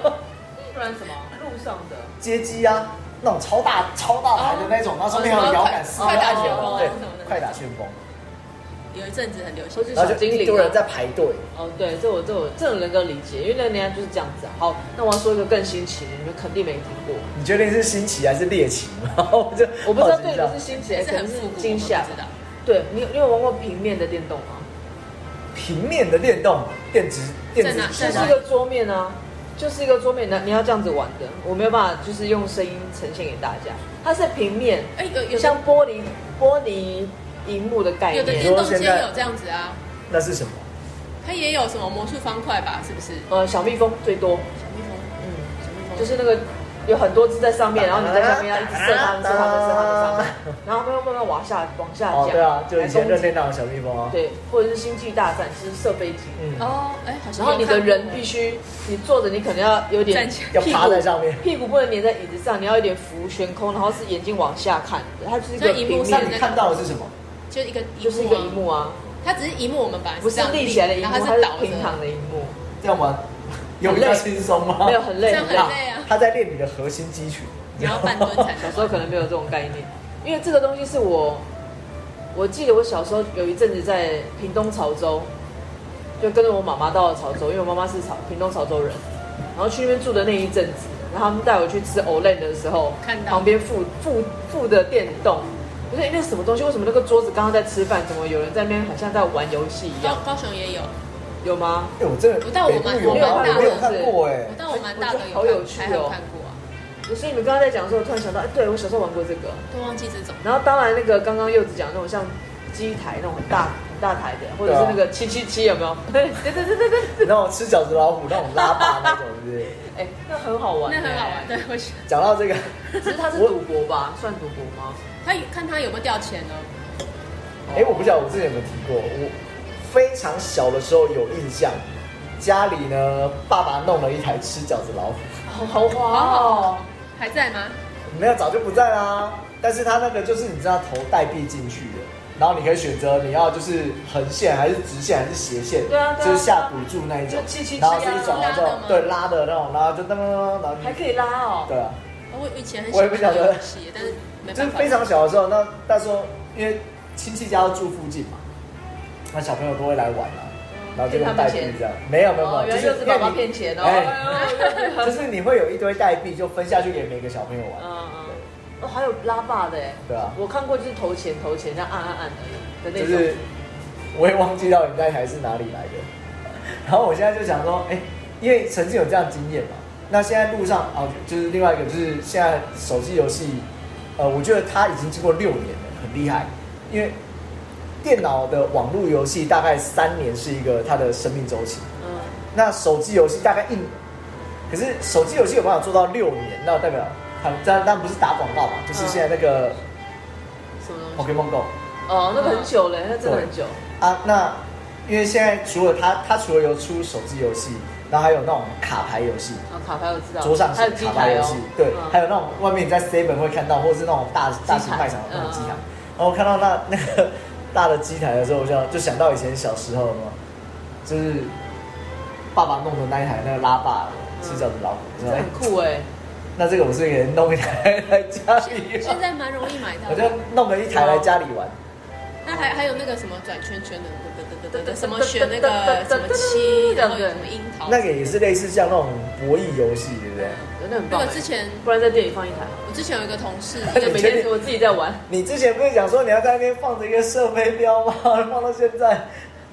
[SPEAKER 2] <laughs>
[SPEAKER 1] 不然什么路上的
[SPEAKER 2] 街机啊，那种超
[SPEAKER 1] 哦
[SPEAKER 2] 大超大台的那种，然后上面还有摇杆，哦
[SPEAKER 3] 哦
[SPEAKER 2] 四个按钮
[SPEAKER 1] 快，
[SPEAKER 2] 对快
[SPEAKER 3] 快打旋风啊什么的，
[SPEAKER 2] 打旋风。
[SPEAKER 3] 有一阵子很流行
[SPEAKER 1] 或，是
[SPEAKER 2] 然
[SPEAKER 1] 小
[SPEAKER 2] 后就
[SPEAKER 1] 精
[SPEAKER 2] 一
[SPEAKER 1] 灵
[SPEAKER 2] 堆
[SPEAKER 1] 啊、
[SPEAKER 2] 人在排队，
[SPEAKER 1] 哦，对，这我这我这我能够理解，因为那年代就是这样子啊。好，那我要说一个更新奇的，你们肯定没听过。
[SPEAKER 2] 你确定是新奇还是猎奇 <laughs> 吗？我就
[SPEAKER 1] 哦我不知道对
[SPEAKER 2] 好奇一
[SPEAKER 1] 你
[SPEAKER 2] 下
[SPEAKER 1] 们是新奇还
[SPEAKER 3] 但
[SPEAKER 1] 是
[SPEAKER 3] 是很复
[SPEAKER 1] 是
[SPEAKER 3] 古，
[SPEAKER 1] 惊吓
[SPEAKER 3] 我不。知道。
[SPEAKER 1] 对你有，你有玩过平面的电动吗？
[SPEAKER 2] 平面的电动电子电子
[SPEAKER 3] 在哪
[SPEAKER 1] 就
[SPEAKER 3] 在
[SPEAKER 1] 是
[SPEAKER 3] 哪
[SPEAKER 1] 一个桌面啊，就是一个桌面，那你要这样子玩的，我没有办法，就是用声音呈现给大家。它是平面，
[SPEAKER 3] 哎，有有的
[SPEAKER 1] 像哦玻璃玻璃荧幕的概
[SPEAKER 3] 有的
[SPEAKER 1] 念，
[SPEAKER 3] 电动
[SPEAKER 2] 你说
[SPEAKER 3] 机
[SPEAKER 2] 现在
[SPEAKER 3] 有这样子啊，
[SPEAKER 2] 那是什么？
[SPEAKER 3] 它也有什么魔术方块吧？是不是？
[SPEAKER 1] 呃，小蜜蜂最多，
[SPEAKER 3] 小蜜蜂，
[SPEAKER 1] 嗯，
[SPEAKER 3] 小蜜蜂，
[SPEAKER 1] 就是那个有很多只在上面，然后你在下面要一直射
[SPEAKER 3] 啊
[SPEAKER 1] 它们、射它们、射它们、射它们，然后慢慢慢慢往下往下
[SPEAKER 2] 哦，
[SPEAKER 1] 降。
[SPEAKER 2] 对啊，就以
[SPEAKER 1] 来
[SPEAKER 2] 前任
[SPEAKER 1] 攻击
[SPEAKER 2] 天堂的小蜜蜂啊。
[SPEAKER 1] 对，或者是星际大战是射飞机，
[SPEAKER 2] 嗯，
[SPEAKER 3] 哦，哎，好像
[SPEAKER 1] 然后你的人必
[SPEAKER 3] 必须
[SPEAKER 1] 须你坐着，你可能要有点
[SPEAKER 3] 站起
[SPEAKER 2] 要趴在上面。
[SPEAKER 1] 屁股不能粘在椅子上，你要有点浮悬空，然后是眼睛往下看的，它就是一个
[SPEAKER 3] 在荧幕
[SPEAKER 1] 平
[SPEAKER 2] 那
[SPEAKER 3] 上
[SPEAKER 1] 面
[SPEAKER 2] 你
[SPEAKER 1] 的，
[SPEAKER 2] 看到的是什么？
[SPEAKER 3] 就一个荧幕啊
[SPEAKER 1] 就是一个荧，幕啊，
[SPEAKER 3] 它只是荧幕，我们本来
[SPEAKER 1] 不是
[SPEAKER 3] 这样
[SPEAKER 1] 立起来的荧
[SPEAKER 3] 然
[SPEAKER 1] 幕，
[SPEAKER 3] 后
[SPEAKER 1] 它
[SPEAKER 3] 它
[SPEAKER 1] 是
[SPEAKER 3] 倒着
[SPEAKER 1] 平躺的荧幕，
[SPEAKER 2] 这样玩有比较轻松吗？
[SPEAKER 1] 没有，很
[SPEAKER 3] 这
[SPEAKER 1] 累
[SPEAKER 3] 样
[SPEAKER 1] 很
[SPEAKER 3] 很
[SPEAKER 1] 累。
[SPEAKER 3] 累啊，
[SPEAKER 2] <laughs> 他在练你的核心肌群。
[SPEAKER 3] 你要半蹲才
[SPEAKER 1] 小时候可能没有这种概念，因为这个东西是我，我记得我小时候有一阵子在屏东潮州，就跟着我妈妈到了潮州，因为我妈妈是潮屏东潮州人，然后去那边住的那一阵子，然后他们带我去吃 Olen 的时候，
[SPEAKER 3] 看到
[SPEAKER 1] 旁边附附附的电动，我说哎那什么东西？为什么那个桌子刚刚在吃饭，怎么有人在那边好像在玩游戏一样
[SPEAKER 3] 高？高雄也有，
[SPEAKER 1] 有吗？
[SPEAKER 2] <laughs> 哎，我真的
[SPEAKER 3] 我但我
[SPEAKER 2] 北部
[SPEAKER 3] 蛮
[SPEAKER 2] 有吗？
[SPEAKER 1] 我蛮
[SPEAKER 2] 我没有
[SPEAKER 1] 大的
[SPEAKER 2] 看过哎
[SPEAKER 3] 我。到我蛮大的
[SPEAKER 1] 我觉得
[SPEAKER 3] 有
[SPEAKER 1] 好有
[SPEAKER 3] 看，
[SPEAKER 1] 趣哦
[SPEAKER 3] 还有看过啊，
[SPEAKER 1] 所以你们刚刚在讲的时候，我突然想到，哎，对我小时候玩过这个。
[SPEAKER 3] 都忘记这种。
[SPEAKER 1] 然后当然那个刚刚柚子讲的那种像机台那种很大很大台的，
[SPEAKER 2] 啊
[SPEAKER 1] 或者是那个七七七有没
[SPEAKER 2] <laughs>
[SPEAKER 1] 有？对对对对对，
[SPEAKER 2] 你让我吃饺子老虎那种拉霸那种，是不是？
[SPEAKER 1] 哎，那很好玩，欸
[SPEAKER 3] 那很好玩，。对，我喜欢。
[SPEAKER 2] 讲到这个，
[SPEAKER 1] 只是它是
[SPEAKER 2] 我
[SPEAKER 1] 赌博吧？算赌博吗？
[SPEAKER 3] 他看他有没有掉钱呢？
[SPEAKER 2] 哎，我不晓得我之前有没有提过，我非常小的时候有印象，家里呢爸爸弄了一台吃饺子老虎，
[SPEAKER 1] 好豪华哦！，
[SPEAKER 3] 还在吗？
[SPEAKER 2] 没有早就不在啦。但是他那个就是你知道头带币进去的，然后你可以选择你要就是横线还是直线还是斜线，
[SPEAKER 1] 对啊对啊
[SPEAKER 2] 就是下赌注那一种
[SPEAKER 1] 就，气气气
[SPEAKER 2] 然后
[SPEAKER 1] 啊
[SPEAKER 2] 是一转
[SPEAKER 3] 拉
[SPEAKER 2] 完之后
[SPEAKER 3] 的吗，
[SPEAKER 2] 对拉的那种，然后就噔噔噔噔，然后
[SPEAKER 1] 还可
[SPEAKER 2] 以，
[SPEAKER 1] 以拉哦。
[SPEAKER 2] 对啊，
[SPEAKER 3] 我以前很
[SPEAKER 2] 我也不
[SPEAKER 3] 喜欢
[SPEAKER 2] 晓得
[SPEAKER 3] 游戏，但是没
[SPEAKER 2] 就是
[SPEAKER 3] 办法。
[SPEAKER 2] 非常小的时候，那那时候因为亲戚家住附近嘛，那小朋友都会来玩啊，然后就用代币这样，没有没有
[SPEAKER 1] 哦，
[SPEAKER 2] 没有，
[SPEAKER 1] 原
[SPEAKER 2] 就
[SPEAKER 1] 来
[SPEAKER 2] 是
[SPEAKER 1] 柚子
[SPEAKER 2] 因为
[SPEAKER 1] 爸爸
[SPEAKER 2] 你
[SPEAKER 1] 骗钱哦。
[SPEAKER 2] 哎
[SPEAKER 1] 哎呦
[SPEAKER 2] 就是你会有一堆代币，就分下去给每个小朋友玩。
[SPEAKER 1] <laughs> 嗯嗯，哦，还有拉霸的哎。
[SPEAKER 2] 对啊
[SPEAKER 1] 我看过就是投钱投钱，这样按按按的那
[SPEAKER 2] 就是
[SPEAKER 1] 种。
[SPEAKER 2] 我也忘记到你那台是哪里来的。 <laughs> 然后我现在就想说，哎、因为曾经有这样经验嘛，那现在路上啊，就是另外一个就是现在手机游戏，呃，我觉得它已经经过六年了，很厉害，因为电脑的网络游戏大概三年是一个它的生命周期，
[SPEAKER 1] 嗯，
[SPEAKER 2] 那手机游戏大概一，可是手机游戏有办法做到六年，那代表它当然不是打广告嘛，就是现在那个
[SPEAKER 1] 什么东西？
[SPEAKER 2] Pokemon Go。
[SPEAKER 1] 哦，那个很久嘞，那真的很久。
[SPEAKER 2] 啊，那因为现在除了它，它除了有出手机游戏，然后还有那种卡牌游戏，
[SPEAKER 1] 啊，卡牌我知道。
[SPEAKER 2] 桌上
[SPEAKER 1] 还
[SPEAKER 2] 型
[SPEAKER 1] 有机
[SPEAKER 2] 卡牌
[SPEAKER 1] 台
[SPEAKER 2] 游
[SPEAKER 1] 哦
[SPEAKER 2] 戏，。对，
[SPEAKER 1] 嗯
[SPEAKER 2] 还有那种外面你在 Seven 会看到，或是那种大大型卖场的
[SPEAKER 1] 嗯
[SPEAKER 2] 那种机台。然后我看到那 <laughs> 那个大的机台的时候，我就就想到以前小时候嘛，就是爸爸弄的那一台那个拉霸的是叫什么老虎，我
[SPEAKER 1] 这
[SPEAKER 2] 说哎
[SPEAKER 1] 很酷哎。
[SPEAKER 2] 那这个我是给人弄一台来家里
[SPEAKER 3] 现
[SPEAKER 2] 玩，
[SPEAKER 3] 在蛮容易买到
[SPEAKER 2] 我
[SPEAKER 3] 的。
[SPEAKER 2] 就弄了一台来家里玩。
[SPEAKER 3] 那还还有那个什么转圈圈的，得得得得得，什么选那个什么七，然后有什么樱桃，
[SPEAKER 2] 那个也是类似像那种博弈游戏，对不对？
[SPEAKER 1] 真的很
[SPEAKER 3] 那
[SPEAKER 1] 棒欸。
[SPEAKER 2] 哎
[SPEAKER 3] 个之前
[SPEAKER 1] 不然在店里放一台，
[SPEAKER 3] 我之前有一个同事，
[SPEAKER 1] 就每天我自己在玩。
[SPEAKER 2] 你之前不是讲说你要在那边放着一个射飞镖吗？ <laughs> 放到现在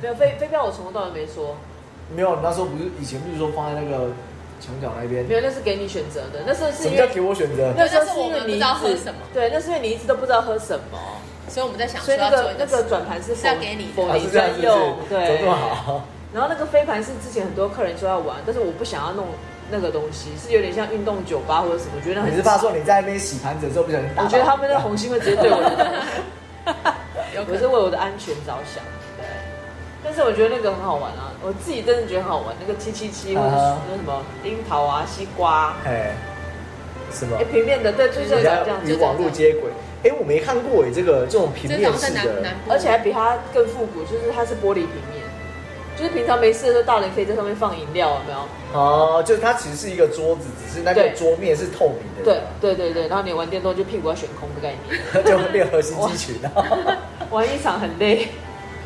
[SPEAKER 1] 没有飞飞镖，我从头到尾没说，
[SPEAKER 2] 没有，你那时候不是以前不是说放在那个墙角那边
[SPEAKER 1] 没？有，那是给你选择的。那时候是
[SPEAKER 2] 什么
[SPEAKER 1] 因
[SPEAKER 2] 叫
[SPEAKER 1] 为
[SPEAKER 2] 给我选择？
[SPEAKER 1] 那时候是因为
[SPEAKER 3] 那是我们不
[SPEAKER 1] 你
[SPEAKER 3] 知
[SPEAKER 1] 一
[SPEAKER 3] 道喝
[SPEAKER 1] 直
[SPEAKER 3] 什么啊
[SPEAKER 1] 对，那是因为你一直都不知道喝什么，
[SPEAKER 3] 所以我们在想
[SPEAKER 1] 所
[SPEAKER 3] 说
[SPEAKER 1] 以那
[SPEAKER 3] 要做
[SPEAKER 1] 个
[SPEAKER 3] 一
[SPEAKER 1] 那个
[SPEAKER 3] 个
[SPEAKER 1] 转盘是
[SPEAKER 3] 啊是要给你的
[SPEAKER 1] 否
[SPEAKER 2] 啊
[SPEAKER 1] 你
[SPEAKER 2] 是这样
[SPEAKER 1] 专
[SPEAKER 2] 子，是
[SPEAKER 1] 用
[SPEAKER 2] 不是？
[SPEAKER 1] 对
[SPEAKER 2] 怎么这。么好？ <laughs>
[SPEAKER 1] 然后那个飞盘是之前很多客人说要玩，但是我不想要弄那个东西，是有点像运动酒吧或者什么，我觉得很
[SPEAKER 2] 你是怕说你在那边洗盘子的时候不小心打到？
[SPEAKER 1] 我觉得他们的
[SPEAKER 2] <laughs>
[SPEAKER 1] 红心会直接对我的头。
[SPEAKER 3] 有可
[SPEAKER 1] 我
[SPEAKER 3] 能
[SPEAKER 1] 是为我的安全着想，对。但是我觉得那个很好玩啊，我自己真的觉得很好玩，那个七七七或者是
[SPEAKER 2] 啊
[SPEAKER 1] 那什么樱桃啊、西瓜啊，
[SPEAKER 2] 哎，什么
[SPEAKER 1] 哎，？平面的，对，就是
[SPEAKER 2] 人
[SPEAKER 1] 这
[SPEAKER 2] 家
[SPEAKER 1] 样这样
[SPEAKER 2] 与
[SPEAKER 1] 子，
[SPEAKER 2] 网络接轨？哎，我没看过哎，这个这种平
[SPEAKER 3] 这
[SPEAKER 2] 面
[SPEAKER 3] 哦种在
[SPEAKER 2] 式
[SPEAKER 3] 南
[SPEAKER 2] 的
[SPEAKER 3] 南，部，
[SPEAKER 1] 而且还比它更复古，就是它是玻璃平面，就是平常没事的时候，大人可以在上面放饮料，有没有？
[SPEAKER 2] 哦，就是它其实是一个桌子，只是那个
[SPEAKER 1] 对
[SPEAKER 2] 桌面是透明的，
[SPEAKER 1] 对对
[SPEAKER 2] <laughs>
[SPEAKER 1] 对对，然后你玩电动就屁股要悬空的概念， <laughs>
[SPEAKER 2] 就会练核心肌群啊。
[SPEAKER 1] 玩一场很累。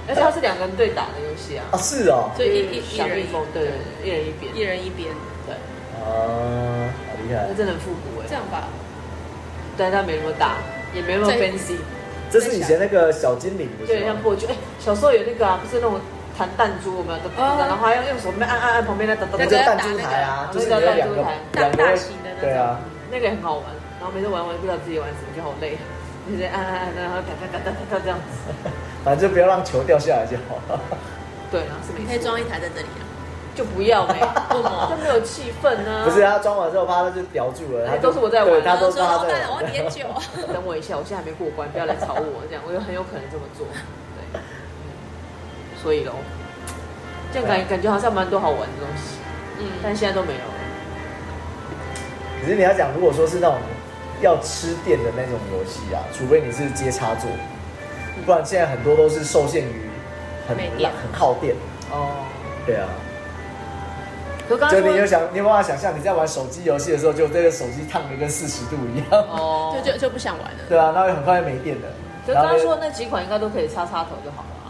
[SPEAKER 1] 而且它是两个人对打的游戏啊，
[SPEAKER 2] <laughs> 啊，是哦，
[SPEAKER 3] 所以一一
[SPEAKER 1] 小蜜
[SPEAKER 3] 一人一
[SPEAKER 1] 蜂对，一人一边，
[SPEAKER 3] 一人一边，
[SPEAKER 1] 对，
[SPEAKER 2] 啊，好厉害
[SPEAKER 1] 那！真的很复古哎，
[SPEAKER 3] 这样吧，
[SPEAKER 1] 但它没那么大，也没那么
[SPEAKER 3] 在
[SPEAKER 1] fancy，
[SPEAKER 2] 这是以前那个小精灵
[SPEAKER 1] 有
[SPEAKER 2] 的，
[SPEAKER 1] 点像破旧。哎，小时候有那个啊，不是那种弹弹珠，我们有的
[SPEAKER 3] 哦
[SPEAKER 1] 然后还要用手边按按按旁边那哒哒
[SPEAKER 2] 那
[SPEAKER 1] 哒
[SPEAKER 2] 就
[SPEAKER 1] 哒，
[SPEAKER 2] 弹珠台啊，就是你有两个
[SPEAKER 3] 大
[SPEAKER 2] 两个
[SPEAKER 3] 大
[SPEAKER 2] 会
[SPEAKER 3] 型的那种
[SPEAKER 2] 对啊， <laughs>
[SPEAKER 1] 那个也很好玩。然后每次玩完不知道自己玩什么，就好累，就是按按按，然后哒哒哒哒哒哒这样子。
[SPEAKER 2] 反正不要让球掉下来就好。
[SPEAKER 3] <laughs>
[SPEAKER 1] 对啊，是没
[SPEAKER 3] 你
[SPEAKER 1] 错
[SPEAKER 3] 可以装一台在这里啊，
[SPEAKER 1] 就不要没，
[SPEAKER 3] 为什么
[SPEAKER 1] 就没有气氛呢。
[SPEAKER 2] 不是，他装完之后，怕他就叼住
[SPEAKER 3] 啊
[SPEAKER 2] 了，他就
[SPEAKER 1] 都是我在玩
[SPEAKER 2] 对他都是
[SPEAKER 3] 说老
[SPEAKER 2] 他在
[SPEAKER 3] 板，哦我要点
[SPEAKER 2] <laughs>
[SPEAKER 3] 酒，
[SPEAKER 1] 等我一下，我现在还没过关，不要来吵我，这样我就很有可能这么做。对，所以喽，这样感感觉好像蛮多好玩的东西，但
[SPEAKER 3] 嗯，
[SPEAKER 1] 现在都没有了。
[SPEAKER 2] 可是你要讲，如果说是那种要吃电的那种游戏啊，除非你是接插座，不然现在很多都是受限于很
[SPEAKER 3] 没
[SPEAKER 2] 浪
[SPEAKER 3] 电
[SPEAKER 2] 很耗电。
[SPEAKER 1] 哦，
[SPEAKER 2] 对啊，
[SPEAKER 1] 可刚
[SPEAKER 2] 就
[SPEAKER 1] 刚
[SPEAKER 2] 你有
[SPEAKER 1] 说
[SPEAKER 2] 想，你有办法想象你在玩手机游戏的时候，就这个手机烫的跟四十度一样。
[SPEAKER 1] 哦，
[SPEAKER 3] 就就就不想玩了。
[SPEAKER 2] 对啊，那会很快就没电了。
[SPEAKER 1] 可刚
[SPEAKER 2] 然后
[SPEAKER 1] 刚
[SPEAKER 2] 就
[SPEAKER 1] 说的那几款应该都可以插插头就好了啊，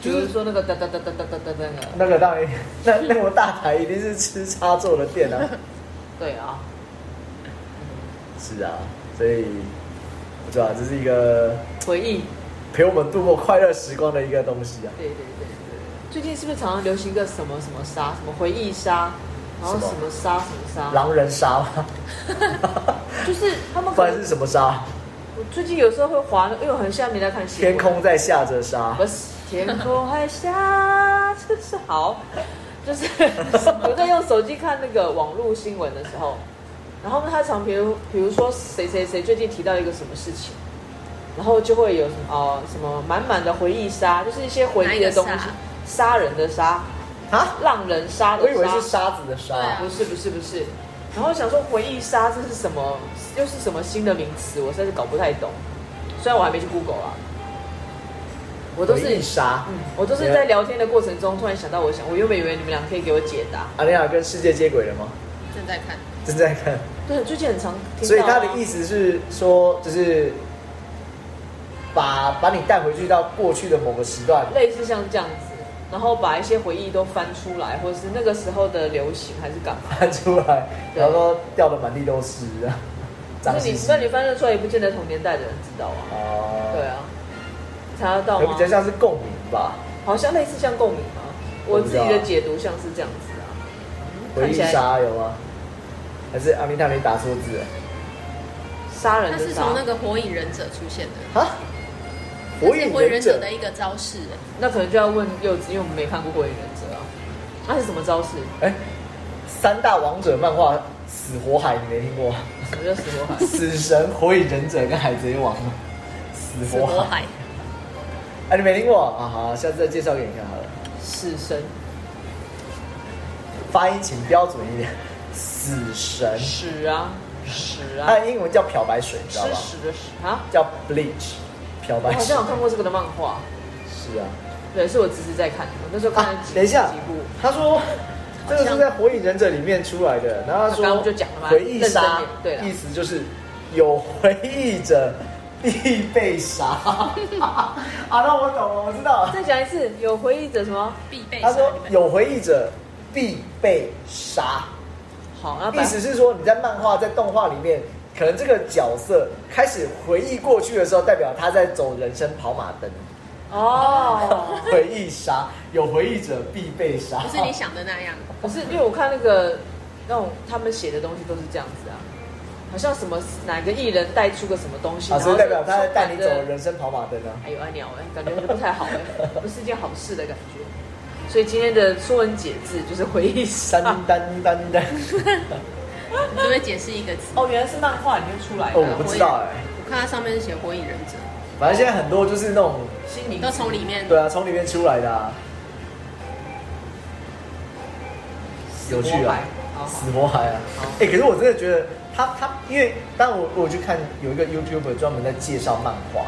[SPEAKER 2] 就
[SPEAKER 1] 就是是说那个哒哒哒哒哒哒哒哒那个，
[SPEAKER 2] 那个当然， <laughs> 那那么大台一定是吃插座的电啊。
[SPEAKER 1] <laughs> 对啊，
[SPEAKER 2] 是啊，所以不知道，这是一个
[SPEAKER 1] 回忆，
[SPEAKER 2] 陪我们度过快乐时光的一个东西啊。
[SPEAKER 1] 对对对对。最近是不是常常流行个什么什么杀，什么回忆杀，然后
[SPEAKER 2] 什么
[SPEAKER 1] 什么杀什么杀，
[SPEAKER 2] 狼人杀吗？
[SPEAKER 1] 就是他们
[SPEAKER 2] 不
[SPEAKER 1] 可
[SPEAKER 2] 然
[SPEAKER 1] 能
[SPEAKER 2] 是什么杀？
[SPEAKER 1] 我最近有时候会滑，因为我很下面在看新闻
[SPEAKER 2] 天空在下着沙
[SPEAKER 1] 不。是天空还下，这是好， <laughs> 就是我在用手机看那个网络新闻的时候，然后他常比如比如说谁谁谁最近提到一个什么事情，然后就会有什么哦、什么满满的回忆杀，就是一些回忆的东
[SPEAKER 3] 哪一个
[SPEAKER 1] 西，杀人的杀，
[SPEAKER 2] 啊，
[SPEAKER 1] 让人杀的
[SPEAKER 2] 我
[SPEAKER 1] 杀，
[SPEAKER 2] 以为是沙子的
[SPEAKER 3] 对
[SPEAKER 2] 沙
[SPEAKER 3] 啊。
[SPEAKER 1] 不是不是不是，然后想说回忆杀这是什么，又是什么新的名词，我实在是搞不太懂。虽然我还没去 Google 啊，我都
[SPEAKER 2] 回
[SPEAKER 1] 是
[SPEAKER 2] 忆杀。
[SPEAKER 1] 嗯，我都是
[SPEAKER 2] 啊
[SPEAKER 1] 在聊天的过程中突然想到，我想我原本以为你们俩可以给我解答。
[SPEAKER 2] 阿丽亚跟世界接轨了吗？
[SPEAKER 3] 正在看，
[SPEAKER 2] 正在看。
[SPEAKER 1] 对，最近很常听到、啊。
[SPEAKER 2] 所以他的意
[SPEAKER 1] 思，
[SPEAKER 2] 思是说，就是把把你带回去到过去的某个时段。
[SPEAKER 1] 类似像这样子，然后把一些回忆都翻出来，或者是那个时候的流行还是干嘛。
[SPEAKER 2] 翻出来，
[SPEAKER 1] 对
[SPEAKER 2] 然后说掉的满地都是，
[SPEAKER 1] 那
[SPEAKER 2] 脏兮
[SPEAKER 1] 你
[SPEAKER 2] 兮。 <laughs>
[SPEAKER 1] 那你翻得出来，也不见得同年代的人知道啊。
[SPEAKER 2] 哦，
[SPEAKER 1] 对，啊，查得到
[SPEAKER 2] 啊有
[SPEAKER 1] 吗
[SPEAKER 2] 比？较像是共鸣吧，
[SPEAKER 1] 好像类似像共鸣啊，
[SPEAKER 2] 我
[SPEAKER 1] 我
[SPEAKER 2] 不
[SPEAKER 1] 自
[SPEAKER 2] 知道啊
[SPEAKER 1] 己的解读像是这样子啊。
[SPEAKER 2] 回
[SPEAKER 1] 看
[SPEAKER 2] 忆
[SPEAKER 1] 起来
[SPEAKER 2] 杀有吗？还是阿明塔没打错字
[SPEAKER 1] 杀人
[SPEAKER 3] 它
[SPEAKER 1] 的
[SPEAKER 3] 是
[SPEAKER 1] 杀
[SPEAKER 3] 从，那个火影忍者出现的，
[SPEAKER 2] 啊？火影
[SPEAKER 3] 它是火影
[SPEAKER 2] 忍
[SPEAKER 3] 忍
[SPEAKER 2] 者
[SPEAKER 3] 者的一个招式，
[SPEAKER 1] 那可能就要问柚子，因为我们没看过《火影忍者》啊。那是什么招式？
[SPEAKER 2] 哎，三大王者漫画《死火海》你没听
[SPEAKER 1] <laughs>
[SPEAKER 2] 过？
[SPEAKER 1] 什么叫死火海？
[SPEAKER 2] 死神、火影忍者跟海贼王，死
[SPEAKER 3] 死
[SPEAKER 2] 火
[SPEAKER 3] 火
[SPEAKER 2] 海，
[SPEAKER 3] 海，
[SPEAKER 2] 哎，你没听过啊？好，下次再介绍给你看好了。
[SPEAKER 1] 死神、
[SPEAKER 2] 发音请标准一点，死神，
[SPEAKER 1] 屎啊、屎
[SPEAKER 2] 它
[SPEAKER 1] 啊、
[SPEAKER 2] 的英文叫漂白水，你知道
[SPEAKER 1] 吃
[SPEAKER 2] 吧？
[SPEAKER 1] 屎的屎啊！
[SPEAKER 2] 叫 bleach，
[SPEAKER 1] <laughs>
[SPEAKER 2] 漂
[SPEAKER 1] 我
[SPEAKER 2] 白
[SPEAKER 1] 好
[SPEAKER 2] 水
[SPEAKER 1] 像有。看哦过这个的漫画，
[SPEAKER 2] 是啊，
[SPEAKER 1] 对，是我侄子在看的，我那时候看
[SPEAKER 2] 啊
[SPEAKER 1] 了几、，
[SPEAKER 2] 等一下
[SPEAKER 1] 几部，
[SPEAKER 2] 他说这个是在《火影忍者》里面出来的，然后他说
[SPEAKER 1] 刚刚就讲了嘛
[SPEAKER 2] 回忆杀
[SPEAKER 1] 认真点，对啦
[SPEAKER 2] 意思就是有回忆者必被杀。 <laughs> 啊，那我懂了，我知道了。
[SPEAKER 1] 再讲一次，有回忆者什么？
[SPEAKER 3] 必备杀
[SPEAKER 2] 他说
[SPEAKER 3] 你们。
[SPEAKER 2] 有回忆者必被杀，
[SPEAKER 1] 好，那
[SPEAKER 2] 意
[SPEAKER 1] 白
[SPEAKER 2] 思是说你在漫画、在动画里面。可能这个角色开始回忆过去的时候，代表他在走人生跑马灯。 <laughs>
[SPEAKER 3] <laughs>
[SPEAKER 1] 哦，
[SPEAKER 2] 回忆杀，有回忆者必被杀。
[SPEAKER 3] 不是你想的那样，
[SPEAKER 1] 不是，因为我看那个那种他们写的东西都是这样子啊，好像什么哪个艺人带出个什么东西，
[SPEAKER 2] 啊，所以代表他在
[SPEAKER 1] 在
[SPEAKER 2] 带你走人生跑马灯啊。
[SPEAKER 1] 哎呦，爱鸟哎，感觉不太好哎，不是一件好事的感觉。所以今天的《说文解字》就是回忆
[SPEAKER 2] 噔
[SPEAKER 1] 杀。
[SPEAKER 3] 啊
[SPEAKER 2] 噔噔噔，
[SPEAKER 3] 你这边解释一个词。
[SPEAKER 1] 哦，原来是漫画里面出来的，啊
[SPEAKER 2] 哦，我不知道哎、
[SPEAKER 3] 我看它上面是写火影忍者，
[SPEAKER 2] 反正现在很多就是那种，
[SPEAKER 1] 新名
[SPEAKER 3] 都从里面
[SPEAKER 2] 对啊，从里面出来的、啊，有趣啊，
[SPEAKER 1] 哦
[SPEAKER 2] 死魔海啊
[SPEAKER 1] 好。
[SPEAKER 2] 哎、可是我真的觉得他他，因为当然我我去看有一个 YouTuber 专门在介绍漫画，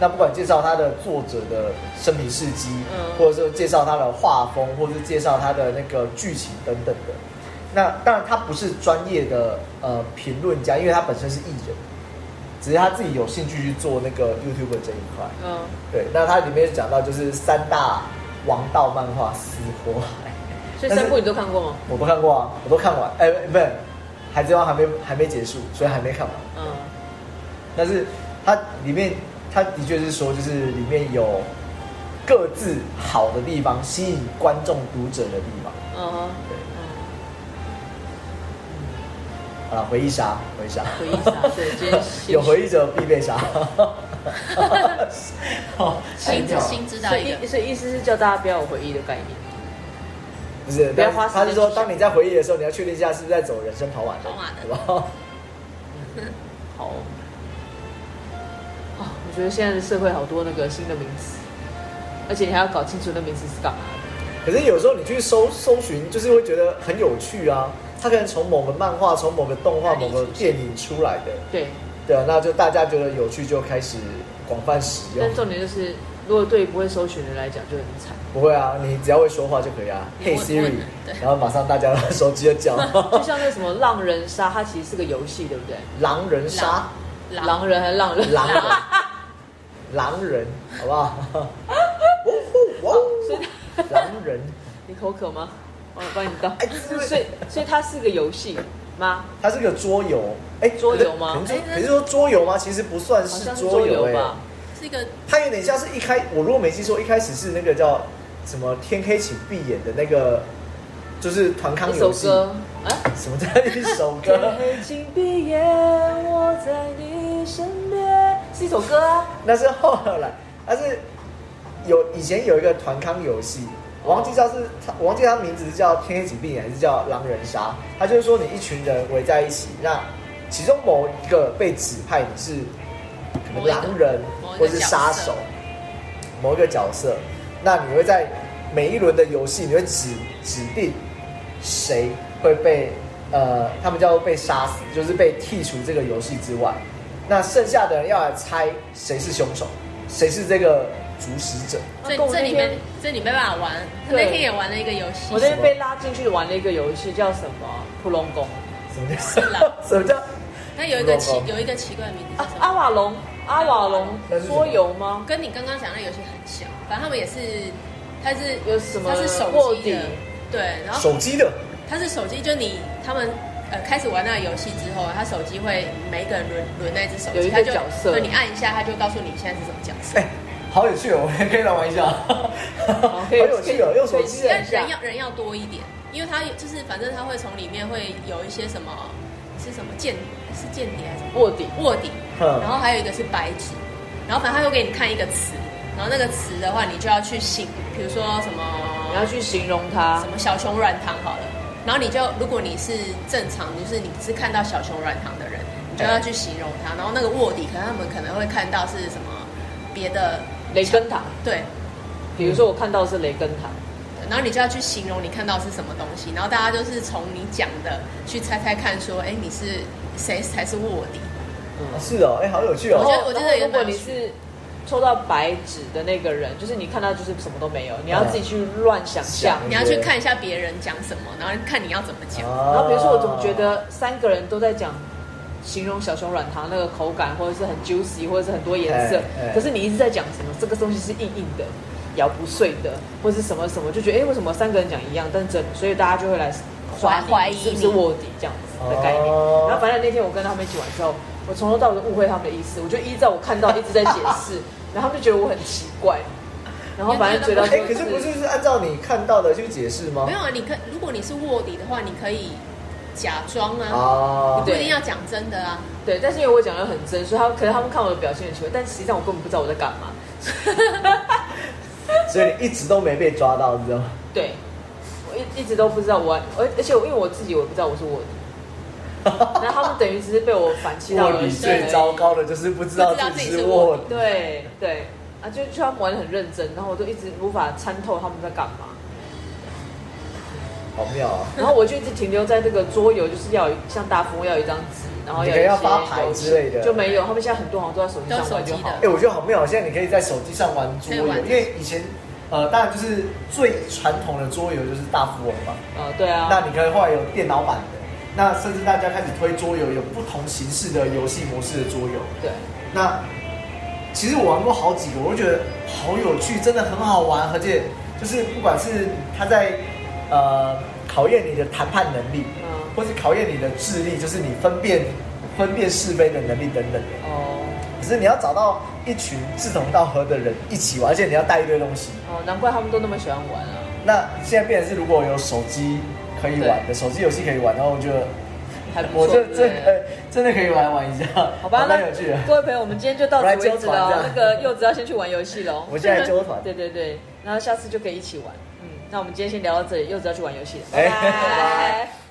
[SPEAKER 2] 那不管介绍他的作者的生平事迹，
[SPEAKER 3] 嗯
[SPEAKER 2] 或者说介绍他的画风，或者是介绍他的那个剧情等等的。那当然他不是专业的呃评论家，因为他本身是艺人，只是他自己有兴趣去做那个 YouTube 这一块。
[SPEAKER 1] 嗯，
[SPEAKER 2] 对，那它里面讲到就是三大王道漫画死活，
[SPEAKER 1] 所以三部你都看过吗？
[SPEAKER 2] 我都看过啊，我都看完，哎、不是，海贼王还没还没结束，所以还没看完。
[SPEAKER 1] 嗯，
[SPEAKER 2] 但是它里面，它的确是说，就是里面有各自好的地方，吸引观众读者的地方。
[SPEAKER 1] 嗯哼，
[SPEAKER 2] 对，
[SPEAKER 1] 嗯，
[SPEAKER 2] 啊，回忆杀，回忆杀，
[SPEAKER 1] 回忆杀，对，今天是
[SPEAKER 2] <laughs> 有回忆者
[SPEAKER 1] <laughs>
[SPEAKER 2] 必被杀。好，哎
[SPEAKER 3] 新
[SPEAKER 2] 吓一跳
[SPEAKER 3] 哎新知道
[SPEAKER 1] 所
[SPEAKER 3] 一个
[SPEAKER 1] 以，所以意思是叫大家不要有回忆的概念。
[SPEAKER 2] 不是，
[SPEAKER 1] 不要花时间
[SPEAKER 2] 他是说，
[SPEAKER 1] 去想
[SPEAKER 2] 当你在回忆的时候，你要确定一下是不是在走人生跑马灯，
[SPEAKER 3] 跑马灯
[SPEAKER 2] 对吧？
[SPEAKER 1] 好哦，啊，我觉得现在的社会好多那个新的名词，而且你还要搞清楚那名词是干嘛的。
[SPEAKER 2] 可是有时候你去搜搜寻，就是会觉得很有趣啊。它可能从某个漫画、从某个动画、
[SPEAKER 3] 哪
[SPEAKER 2] 某
[SPEAKER 1] 哎
[SPEAKER 3] 里
[SPEAKER 2] 个
[SPEAKER 3] 出
[SPEAKER 2] 电影出来的，
[SPEAKER 1] 对，
[SPEAKER 2] 对啊，那就大家觉得有趣，就开始广泛使用
[SPEAKER 1] 但。重点就是，如果对于不会搜寻的人来讲就很
[SPEAKER 2] <laughs>
[SPEAKER 1] 惨。
[SPEAKER 2] 不会啊，你只要会说话就可以啊。
[SPEAKER 3] 你
[SPEAKER 2] Hey
[SPEAKER 3] 问问
[SPEAKER 2] Siri，
[SPEAKER 3] 了对
[SPEAKER 2] 然后马上大家手机
[SPEAKER 1] <laughs>
[SPEAKER 2] 就叫
[SPEAKER 1] 就像那什么狼人杀，它其实是个游戏，对不对？
[SPEAKER 2] 狼人杀，
[SPEAKER 3] 狼
[SPEAKER 1] 狼人还是浪人？
[SPEAKER 2] 狼
[SPEAKER 1] <laughs>
[SPEAKER 2] 人，狼人，好不好？哦吼哇哦，狼人，
[SPEAKER 1] 你口渴吗？我帮你倒
[SPEAKER 2] 哎对。
[SPEAKER 1] 所以，所以它是个游戏吗？
[SPEAKER 2] 它是个桌游，哎，
[SPEAKER 1] 桌游吗
[SPEAKER 2] 可是
[SPEAKER 3] 哎那
[SPEAKER 2] 可是说桌游吗？其实不算
[SPEAKER 1] 好
[SPEAKER 2] 是
[SPEAKER 1] 像是
[SPEAKER 2] 桌
[SPEAKER 1] 桌
[SPEAKER 2] 游
[SPEAKER 1] 游
[SPEAKER 2] 哎、
[SPEAKER 1] 吧。
[SPEAKER 3] 是一个
[SPEAKER 2] 它有点像是一开，我如果没记错，一开始是那个叫什么“天黑请闭眼”的那个，就是团康
[SPEAKER 1] 一首
[SPEAKER 2] 哎游戏，
[SPEAKER 1] 歌，啊，
[SPEAKER 2] 什么叫一首
[SPEAKER 1] 天 <laughs>
[SPEAKER 2] 歌？
[SPEAKER 1] 黑请闭眼，我在你身边，是一首歌啊。
[SPEAKER 2] 那是后来，但是有以前有一个团康游戏，我忘记叫是，它我忘记它名字是叫“天黑请闭眼”还是叫“狼人杀”。它就是说你一群人围在一起，那其中某一个被指派你是可能狼人
[SPEAKER 3] 某一个
[SPEAKER 2] 或是杀手，某一个角色，那你会在每一轮的游戏，你会指指定谁会被呃，他们叫做被杀死，就是被剔除这个游戏之外。那剩下的人要来猜谁是凶手，谁是这个主使者。
[SPEAKER 3] 所以
[SPEAKER 1] 跟我
[SPEAKER 3] 这
[SPEAKER 1] 那
[SPEAKER 3] 里
[SPEAKER 1] 天
[SPEAKER 3] 面这里没办法玩，他
[SPEAKER 1] 对
[SPEAKER 3] 那天也玩了一个游戏
[SPEAKER 1] 我，那天被拉进去玩了一个游戏，叫什么《扑龙宫
[SPEAKER 2] 什么叫
[SPEAKER 3] 是狼
[SPEAKER 2] <laughs> 什么叫？
[SPEAKER 3] 那有一个
[SPEAKER 2] 不
[SPEAKER 3] 奇
[SPEAKER 2] 懂
[SPEAKER 3] 有一个奇怪的名字
[SPEAKER 1] 啊 <laughs>
[SPEAKER 3] 是什，
[SPEAKER 1] 阿
[SPEAKER 3] 么，
[SPEAKER 1] 瓦隆，阿瓦隆
[SPEAKER 2] 那是什么
[SPEAKER 1] 桌游吗？
[SPEAKER 3] 跟你刚刚讲的游戏很像，反正他们也是，它是
[SPEAKER 1] 有什么
[SPEAKER 3] 它是
[SPEAKER 1] 卧
[SPEAKER 3] 手机
[SPEAKER 1] 底
[SPEAKER 3] 的，对，然后
[SPEAKER 2] 手机的，
[SPEAKER 3] 它是手机，就你他们。呃，开始玩那个游戏之后啊，他手机会每一个人轮轮那一只手
[SPEAKER 1] 有
[SPEAKER 3] 机，
[SPEAKER 1] 一个
[SPEAKER 3] 他就
[SPEAKER 1] 角色
[SPEAKER 3] 对你按一下，他就告诉你现在是什么角色
[SPEAKER 2] 哎、。好有趣哦！我们可以来玩一下，好
[SPEAKER 1] 可以
[SPEAKER 2] 有趣哦，用手机
[SPEAKER 1] 可以
[SPEAKER 2] 的
[SPEAKER 1] 可以
[SPEAKER 3] 但人要人要多一点，因为他有就是反正他会从里面会有一些什么是什么间是间谍还是什么
[SPEAKER 1] 卧底，
[SPEAKER 3] 卧底，
[SPEAKER 2] 嗯
[SPEAKER 3] 然后还有一个是白纸，然后反正他会给你看一个词，然后那个词的话你就要去醒，比如说什
[SPEAKER 1] 你要
[SPEAKER 3] 么
[SPEAKER 1] 去形容它
[SPEAKER 3] 什。么小熊软糖好了，然后你就如果你是正常就是你是看到小熊软糖的人，你就要去形容它，然后那个卧底可能他们可能会看到是什么别的
[SPEAKER 1] 雷根塔，
[SPEAKER 3] 对。
[SPEAKER 1] 比如说我看到的是雷根塔，
[SPEAKER 3] 然后你就要去形容你看到是什么东西，然后大家就是从你讲的去猜猜看，说，哎，你是谁才是卧底？
[SPEAKER 2] 哦
[SPEAKER 1] 嗯，
[SPEAKER 2] 是哦，哎、好有趣
[SPEAKER 1] 然
[SPEAKER 2] 哦
[SPEAKER 3] 我觉。
[SPEAKER 1] 后
[SPEAKER 3] 得我觉得也
[SPEAKER 1] 然后如果
[SPEAKER 3] 蛮有
[SPEAKER 1] 你
[SPEAKER 3] 趣
[SPEAKER 1] 是抽到白纸的那个人，就是你看到就是什么都没有，你要
[SPEAKER 2] 嗯
[SPEAKER 1] 自己去乱想象。
[SPEAKER 2] 想
[SPEAKER 3] 你要去看一下别人讲什么，然后看你要怎么讲。
[SPEAKER 2] 然
[SPEAKER 1] 然后比如说我总觉得三个人都在讲形容小熊软糖那个口感，或者是很 juicy，或者是很多颜色
[SPEAKER 2] 哎哎，
[SPEAKER 1] 可是你一直在讲什么这个东西是硬硬的、咬不碎的，或是什么什么，就觉得哎为什么三个人讲一样，但整所以大家就会来抓你
[SPEAKER 3] 怀疑
[SPEAKER 1] 是不是
[SPEAKER 3] 你
[SPEAKER 1] 卧底这样子的概念。
[SPEAKER 2] 哦
[SPEAKER 1] 然后反正那天我跟他们一起玩之后，我从头到尾都误会他们的意思，我就依照我看到一直在解
[SPEAKER 2] <laughs>
[SPEAKER 1] 释，然后他们就觉得我很奇怪，然后反正觉得
[SPEAKER 2] 哎、
[SPEAKER 1] 就
[SPEAKER 2] 可是不是是按照你看到的去解释吗
[SPEAKER 3] 没？有啊，你可如果你是卧底的话，你可以假装啊，
[SPEAKER 2] 啊
[SPEAKER 3] 你不一定要讲真的啊。
[SPEAKER 1] 对，但是因为我讲的很真，所以他们可能他们看我的表现很奇怪，但实际上我根本不知道我在干嘛。 <laughs>
[SPEAKER 2] 所以你一直都没被抓到，你知道吗？
[SPEAKER 1] 对，我一一直都不知道我，而而且我因为我自己我也不知道我是卧底，
[SPEAKER 2] <laughs>
[SPEAKER 1] 然后他们等于只是被我反其道
[SPEAKER 2] 卧
[SPEAKER 1] 而
[SPEAKER 2] 底
[SPEAKER 1] 行。
[SPEAKER 2] 最糟糕的就是不知道自己是卧底。
[SPEAKER 1] 对对啊，就就他们玩的很认真，然后我就一直无法参透他们在干嘛。
[SPEAKER 2] 好妙啊！
[SPEAKER 1] 然后我就一直停留在这个桌游，就是要有像大富翁要有一张纸，然后
[SPEAKER 2] 你
[SPEAKER 1] 要有
[SPEAKER 2] 可以
[SPEAKER 1] 一
[SPEAKER 2] 要
[SPEAKER 1] 些
[SPEAKER 2] 发牌
[SPEAKER 1] 游戏
[SPEAKER 2] 之类的
[SPEAKER 1] 就没有。他们现在很多好像都在手机
[SPEAKER 3] 都
[SPEAKER 1] 上
[SPEAKER 3] 手
[SPEAKER 1] 玩就
[SPEAKER 3] 机
[SPEAKER 1] 好
[SPEAKER 3] 的
[SPEAKER 1] 了
[SPEAKER 2] 哎、。我觉得好妙，现在你可以在手机上玩桌游
[SPEAKER 3] 可以，玩
[SPEAKER 2] 因为以前呃，当然就是最传统的桌游就是大富翁嘛。
[SPEAKER 1] 呃，对啊，
[SPEAKER 2] 那你可以后来有电脑版的，那甚至大家开始推桌游，有不同形式的游戏模式的桌游。
[SPEAKER 1] 对，
[SPEAKER 2] 那其实我玩过好几个，我就觉得好有趣，真的很好玩，而且就是不管是它在呃考验你的谈判能力，
[SPEAKER 1] 嗯，
[SPEAKER 2] 或是考验你的智力，就是你分辨分辨是非的能力等等。
[SPEAKER 1] 哦
[SPEAKER 2] 可是你要找到一群志同道合的人一起玩，而且你要带一堆东西。
[SPEAKER 1] 哦，难怪他们都那么喜欢玩啊。
[SPEAKER 2] 那现在变成是，如果有手机可以玩的，手机游戏可以玩，然后我就
[SPEAKER 1] 还不错
[SPEAKER 2] 我就
[SPEAKER 1] 对不
[SPEAKER 2] 真
[SPEAKER 1] 对
[SPEAKER 2] 的真的可以来玩一下，
[SPEAKER 1] 好吧，那
[SPEAKER 2] 蛮有趣的。
[SPEAKER 1] 各位朋友，我们今天就到此为止
[SPEAKER 2] 我来揪团这
[SPEAKER 1] 了哦
[SPEAKER 2] 样。
[SPEAKER 1] 那个柚子要先去玩游戏喽。
[SPEAKER 2] <laughs> 我现在揪团
[SPEAKER 1] <laughs> 对对对，然后下次就可以一起玩。嗯，那我们今天先聊到这里，柚子要去玩游戏了，
[SPEAKER 2] 哎
[SPEAKER 1] 拜拜。